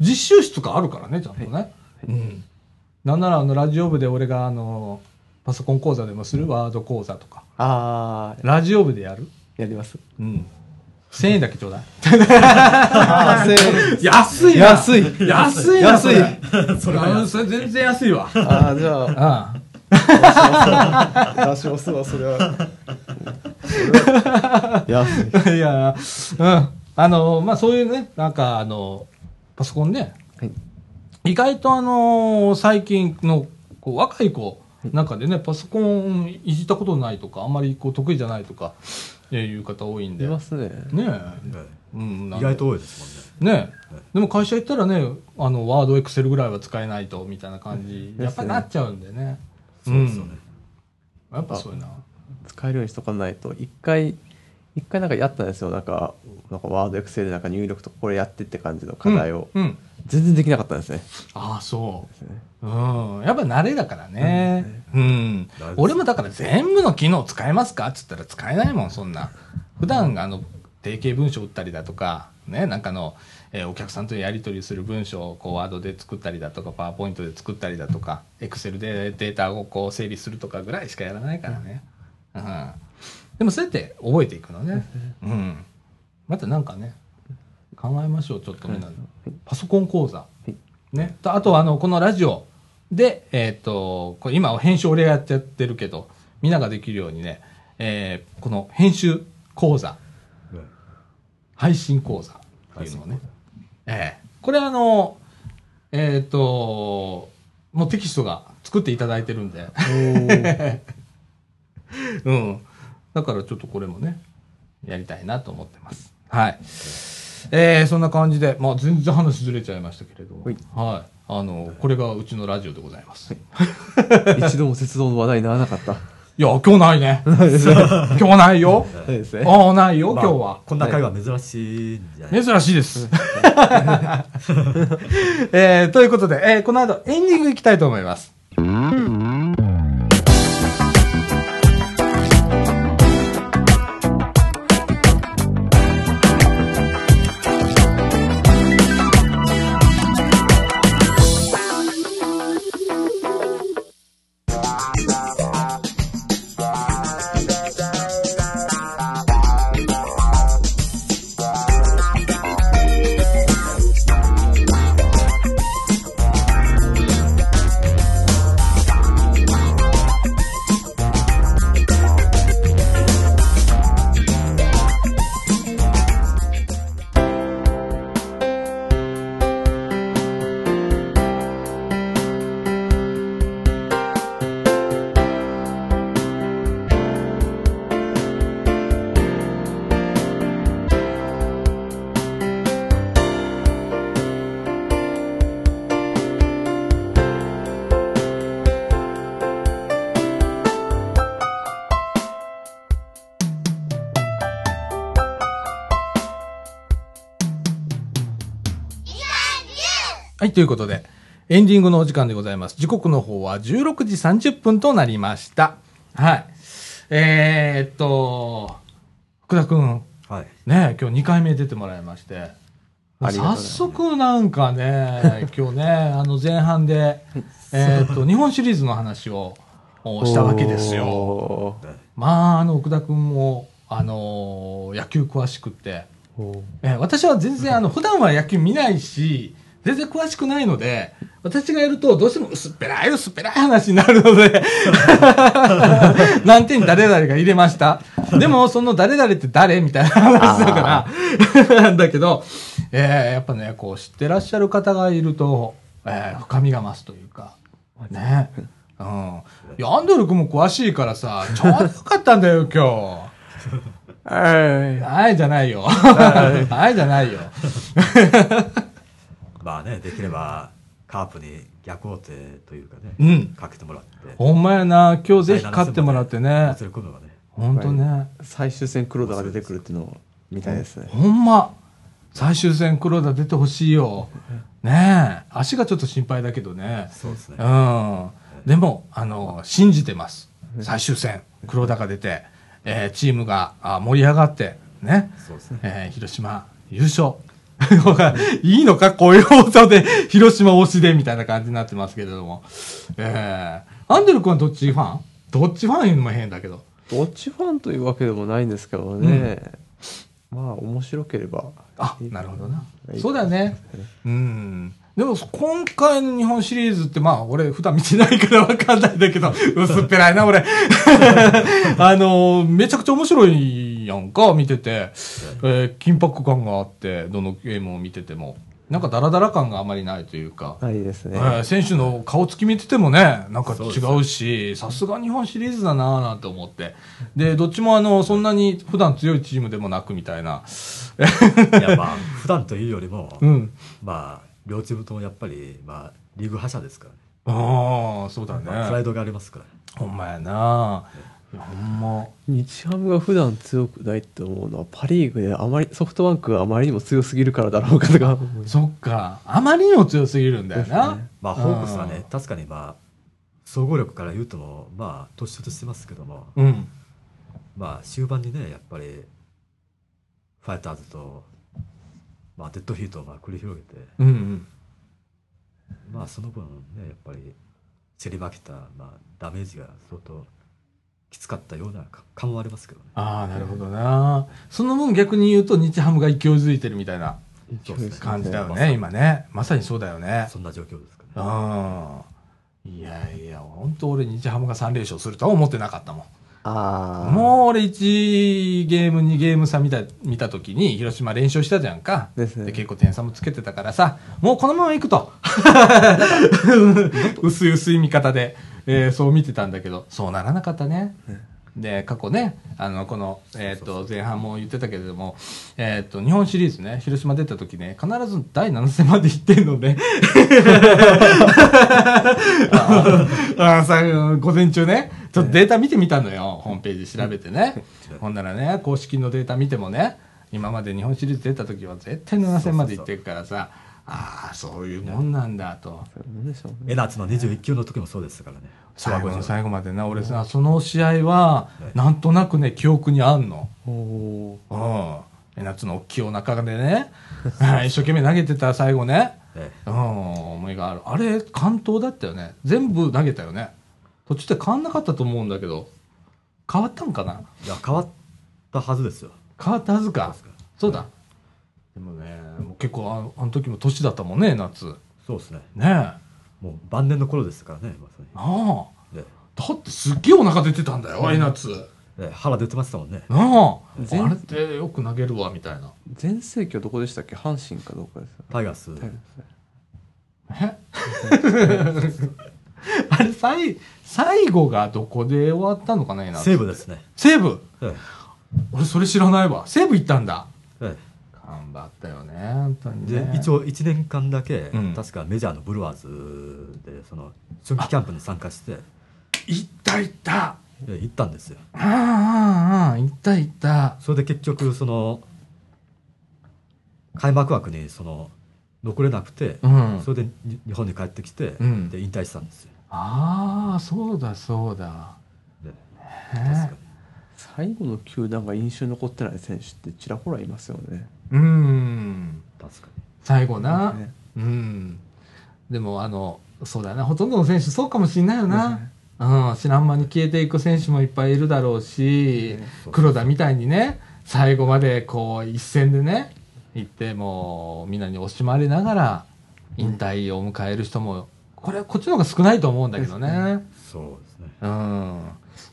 S1: 実習室とかあるからねちゃんとね、うん、なんならあのラジオ部で俺があのパソコン講座でもするワード講座とか
S4: (laughs) ああ
S1: ラジオ部でやる、
S4: やります
S1: うん、1000円だけちょうだい
S4: ああ
S1: (laughs) 安いな
S4: 安い
S1: 安いなそれそ
S4: 安
S1: れうんそれ全然安いわう
S4: ああじゃあ
S1: ん
S4: (laughs) 出しますわそれは (laughs)
S1: (laughs) いや、うん。あの、まあ、そういうね、なんか、あの、パソコンね、
S4: はい
S1: 意外とあの、最近の、こう、若い子なんかでね、パソコンいじったことないとか、あんまりこう、得意じゃないとか、えいう方多いんで。
S4: 出ま
S1: ね
S4: すね
S1: え。
S2: はい
S1: うん、なん
S2: 意
S1: で
S2: 外と多いです
S1: ねでも会社行ったらね、あの、ワード、エクセルぐらいは使えないと、みたいな感じ、
S4: うん
S1: やっぱりなっちゃうんでね。
S2: もんね。そうですよね。
S1: やっぱそういうな。
S4: 使えるようにしとかないと一回一回なんかやったんですよなんかなんかワードエクセルでなんか入力とかこれやってって感じの課題を、
S1: うんうん
S4: 全然できなかったんですね
S1: ああ、そう。
S4: ですね
S1: うん、やっぱ慣れだからね。うん
S2: 慣れです。
S1: 俺もだから全部の機能使えますかっつったら使えないもん、そんな。普段、あの、定型文章打ったりだとか、ね、なんかの、えーお客さんとやり取りする文章をこうワードで作ったりだとか、パワーポイントで作ったりだとか、エクセルでデータをこう整理するとかぐらいしかやらないからね。うん。でもそうやって覚えていくのね。うん。またなんかね、考えましょう、ちょっとみんなでパソコン講座。ね、とあとはあのこのラジオで、えっとこれ今編集俺がやってやってるけどみんなができるようにね、えーこの編集講座
S2: はい
S1: 配信講座っていうのをね、ええこれあのえっ、ともうテキストが作っていただいてるんで (laughs) うんだからちょっとこれもねやりたいなと思ってますはいえーそんな感じで、まあ、全然話ずれちゃいましたけれども、は
S4: はいい
S1: あのこれがうちのラジオでございます、い、
S4: (laughs) 一度も鉄道の話題にならなかった。
S1: や今日ない (laughs) ね今日ない (laughs) よ
S4: そうです (laughs) ね。
S1: ああないよ、今日は
S2: こんな会話珍しいんじゃない
S1: 珍しいです。 (laughs) えーということで、えーこの後エンディングいきたいと思います。はい、ということで、エンディングのお時間でございます。時刻の方は16時30分となりました。はい。えー、っと、福田くん、
S2: はい。
S1: ね、今日2回目出てもらいまして、
S4: ありがとうござい
S1: 早
S4: ます
S1: 速なんかね、今日ね、あの前半
S4: (laughs)
S1: で、えーっと、日本シリーズの話をしたわけですよ。
S4: よ。
S1: まあ、あの、奥田くんも、あのー野球詳しくって、えー私は全然、あの、普段は野球見ないし、全然詳しくないので、私がやるとどうしても薄っぺらい薄っぺらい話になるので、何点に誰々が入れました。でも、その誰々って誰みたいな話だから、なんだけど、えーやっぱね、こう知ってらっしゃる方がいると、えー深みが増すというか、ね。うん。いや、アンドル君も詳しいからさ、ちょうどよかったんだよ、今日。
S4: は
S1: はいじゃないよ。 (laughs) はいじゃないよ。
S2: まあね、できれば、カープに逆王手というかね、
S1: うん
S2: かけてもらって。
S1: ほんまやな。今日ぜひ勝ってもらってね
S2: 連。れ込むのがね。
S1: ほんとね。
S4: い。最終戦黒田が出てくるっていうのを見たいですね。
S1: ほんま。最終戦黒田出てほしいよ。ねえ。足がちょっと心配だけどね。
S2: そうですね
S1: う。ん。でも、あの、信じてます。最終戦、黒田が出て、えーチームがあ盛り上がって、ね。
S2: そうですね。
S1: えー広島優勝。 (laughs) ほらいいのかこういう放送で、広島推しでみたいな感じになってますけれども。えー、アンデル君はどっちファンどっちファン言うのも変だけど。
S4: どっちファンというわけでもないんですけどね。まあ、面白ければ。
S1: あ、なるほどな
S4: は。い
S1: そうだよね。うん。でも、今回の日本シリーズって、まあ、俺、普段見てないからわかんないんだけど、薄っぺらいな、俺。 (laughs) あの、めちゃくちゃ面白いやんか、見てて。えー緊迫感があって、どのゲームを見てても。なんか、ダラダラ感があまりないというか。
S4: ないですね。
S1: えー選手の顔つき見ててもね、なんか違うし、さすが日本シリーズだなぁなんて思って。で、どっちもあの、そんなに普段強いチームでもなくみたいな。
S2: いや、まあ、普段というよ
S1: (laughs)
S2: りも、
S1: うん。
S2: まあ、両チームともやっぱり、まあ、リーグ覇者ですからね。
S1: ああ、そうだ
S2: まあプラ
S1: ね
S2: イ。ドがありますからね。
S1: ほんまやな。いやほんま。
S4: 日ハムが普段強くないって思うのはパ・リーグであまりソフトバンクがあまりにも強すぎるからだろうかとか思います
S1: そっか。あまりにも強すぎるんだよな。
S2: まあ、ホークスはね、確かにまあ、総合力から言うとも、まあ、突出してますけども、
S1: うん。
S2: まあ、終盤にね、やっぱり、ファイターズと、まあ、デッドヒートをまあ繰り広げて、
S1: うんうん。
S2: まあ、その分ね、やっぱり、競り負けた、まあ、ダメージが相当きつかったようなか感はありますけどね。
S1: ああ、なるほどな。その分逆に言うと、日ハムが勢いづいてるみたいな
S2: そうですね
S1: 感じだよ
S2: まさ
S1: ね、
S2: に
S1: 今ね。まさにそうだよね。
S2: そんな状況ですか
S1: う
S2: ね。
S1: ん。いやいや、本当俺、日ハムが3連勝するとは思ってなかったもん。
S4: ああ
S1: もう俺1ゲーム2ゲーム差見た見た時に広島連勝したじゃんか
S4: ですね
S1: 結構点差もつけてたからさもうこのままいく
S4: (laughs)
S1: と (laughs) 薄い薄い見方で、えーそう見てたんだけどそうならなかったねで、過去ね、あの、この、えっ、と、前半も言ってたけれども、えっ、と、日本シリーズね、広島出た時ね、必ず第7戦まで行ってんの (laughs) で、あーさ午前中ね、ちょっとデータ見てみたのよ、ホームページ調べてね。 (laughs) ほんならね、公式のデータ見てもね、今まで日本シリーズ出た時は絶対7戦まで行ってるからさ、ああ、そういうもんなんだと。
S4: なんでしょうね
S2: 江夏の21球の時もそうですからね
S1: 最後の最後までな、俺さ、その試合は、なんとなくね、記憶にあんの。
S4: おお
S1: うん。夏の大きいお腹でね、はい一生懸命投げてた最後ね、
S2: え
S1: う
S2: え
S1: ん、思いがある。あれ、完投だったよね。全部投げたよね。途中で変わんなかったと思うんだけど、変わったんかない
S2: や変わったはずですよ
S1: 変わったはずか
S2: そうです。
S1: そうだ。でもね、もう結構あの、あの時も年だったもんね、夏。
S2: そうですね
S1: ねえ。な
S2: もう晩年の頃ですからねまさに
S1: あ。
S2: え
S1: だってすっげえお腹出てたんだよ、江夏。
S2: えええ腹出てましたもんね
S1: なあ。
S4: 全
S1: あれってよく投げるわ、みたいな。
S4: 全盛期はどこでしたっけ阪神かどうかですよ
S2: タイガース
S4: タイガース
S1: え (laughs) あれ、最、最後がどこで終わったのかな、江夏。
S2: 西武ですね
S1: 西武
S2: え
S1: 俺それ知らないわ。西武行ったんだ。
S2: ええ
S1: 頑張ったよね、本当に
S2: えで
S1: ね。
S2: 一応1年間だけ、
S1: うん
S2: 確かメジャーのブルワーズでその春季キャンプに参加して
S1: 行った行った。
S2: ええ行ったんですよ
S1: ああ、ああ、ああ行った行った。
S2: それで結局その開幕枠にその残れなくて、
S1: うん
S2: それでに日本に帰ってきて、
S1: うん
S2: で引退したんですよ。
S1: ああ、そうだそうだ。
S2: で
S1: ね
S4: 最後の球団が印象に残ってない選手ってちらほらいますよね
S1: うん。
S2: 確か
S1: 最後な、
S4: ね
S1: うんでもあのそうだよなほとんどの選手そうかもしんないよな、うん、知らん間に消えていく選手もいっぱいいるだろうし、黒田みたいにね最後までこう一戦でね行ってもうみんなに惜しまれながら引退を迎える人も、これこっちの方が少ないと思うんだけどね、
S2: にそうですね。
S1: うん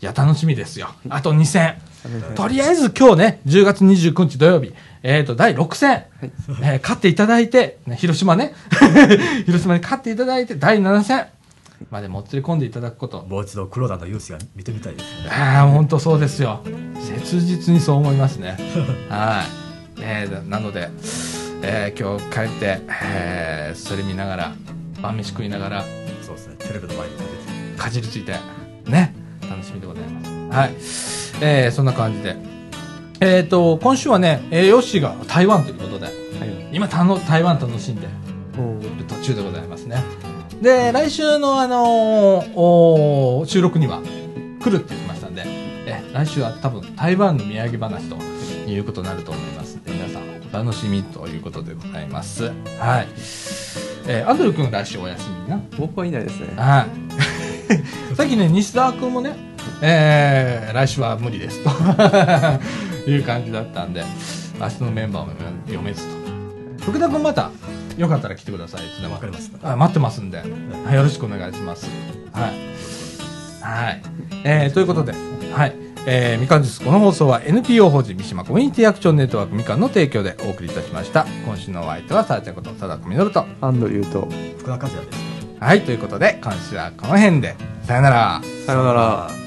S1: いや楽しみですよあと2戦
S4: はい
S1: とりあえず今日ね、10月29日土曜日、えっ、と、第6戦、えー勝っていただいて、ね広島ね、 (laughs) 広島に勝っていただいて、第7戦までもつれ込んでいただくこと。
S2: もう一度黒田の勇姿が見てみたいですね。
S1: ああ、本当そうですよ。切実にそう思いますね。はい。えーななので、えー今日帰って、えーそれ見ながら、晩飯食いながら、
S2: そうですね。テレビの前に出て
S1: かじりついてね楽しみでございますはい、えー、そんな感じでえっ、と今週はね、えー、ヨッシーが台湾ということで
S4: はい
S1: 今たの台湾楽しんで
S4: おー
S1: る途中でございますねで来週の、あのーおー収録には来るって言ってましたんでえー来週は多分台湾の土産話ということになると思いますんで皆さんお楽しみということでございますはいえー、アンドル君来週お休みな
S4: 僕はいないですね
S1: はい。 (laughs) さっきね、西澤君もね、えー来週は無理ですと (laughs) いう感じだったんで、明日のメンバーも読めずと。福田君また、よかったら来てください。いつでも
S2: わかりました
S1: あ待ってますんで、はいよろしくお願いします。はい。はい。えーということで、はい。えー、みかんです。この放送は NPO 法人三島コミュニティアクションネットワークみかんの提供でお送りいたしました。今週のお相手は、さあちゃんこと、貞子みのると。
S4: アンドリューと
S2: 福田和也です。
S1: はい、ということで、今週はこの辺で、さよなら。
S4: さようなら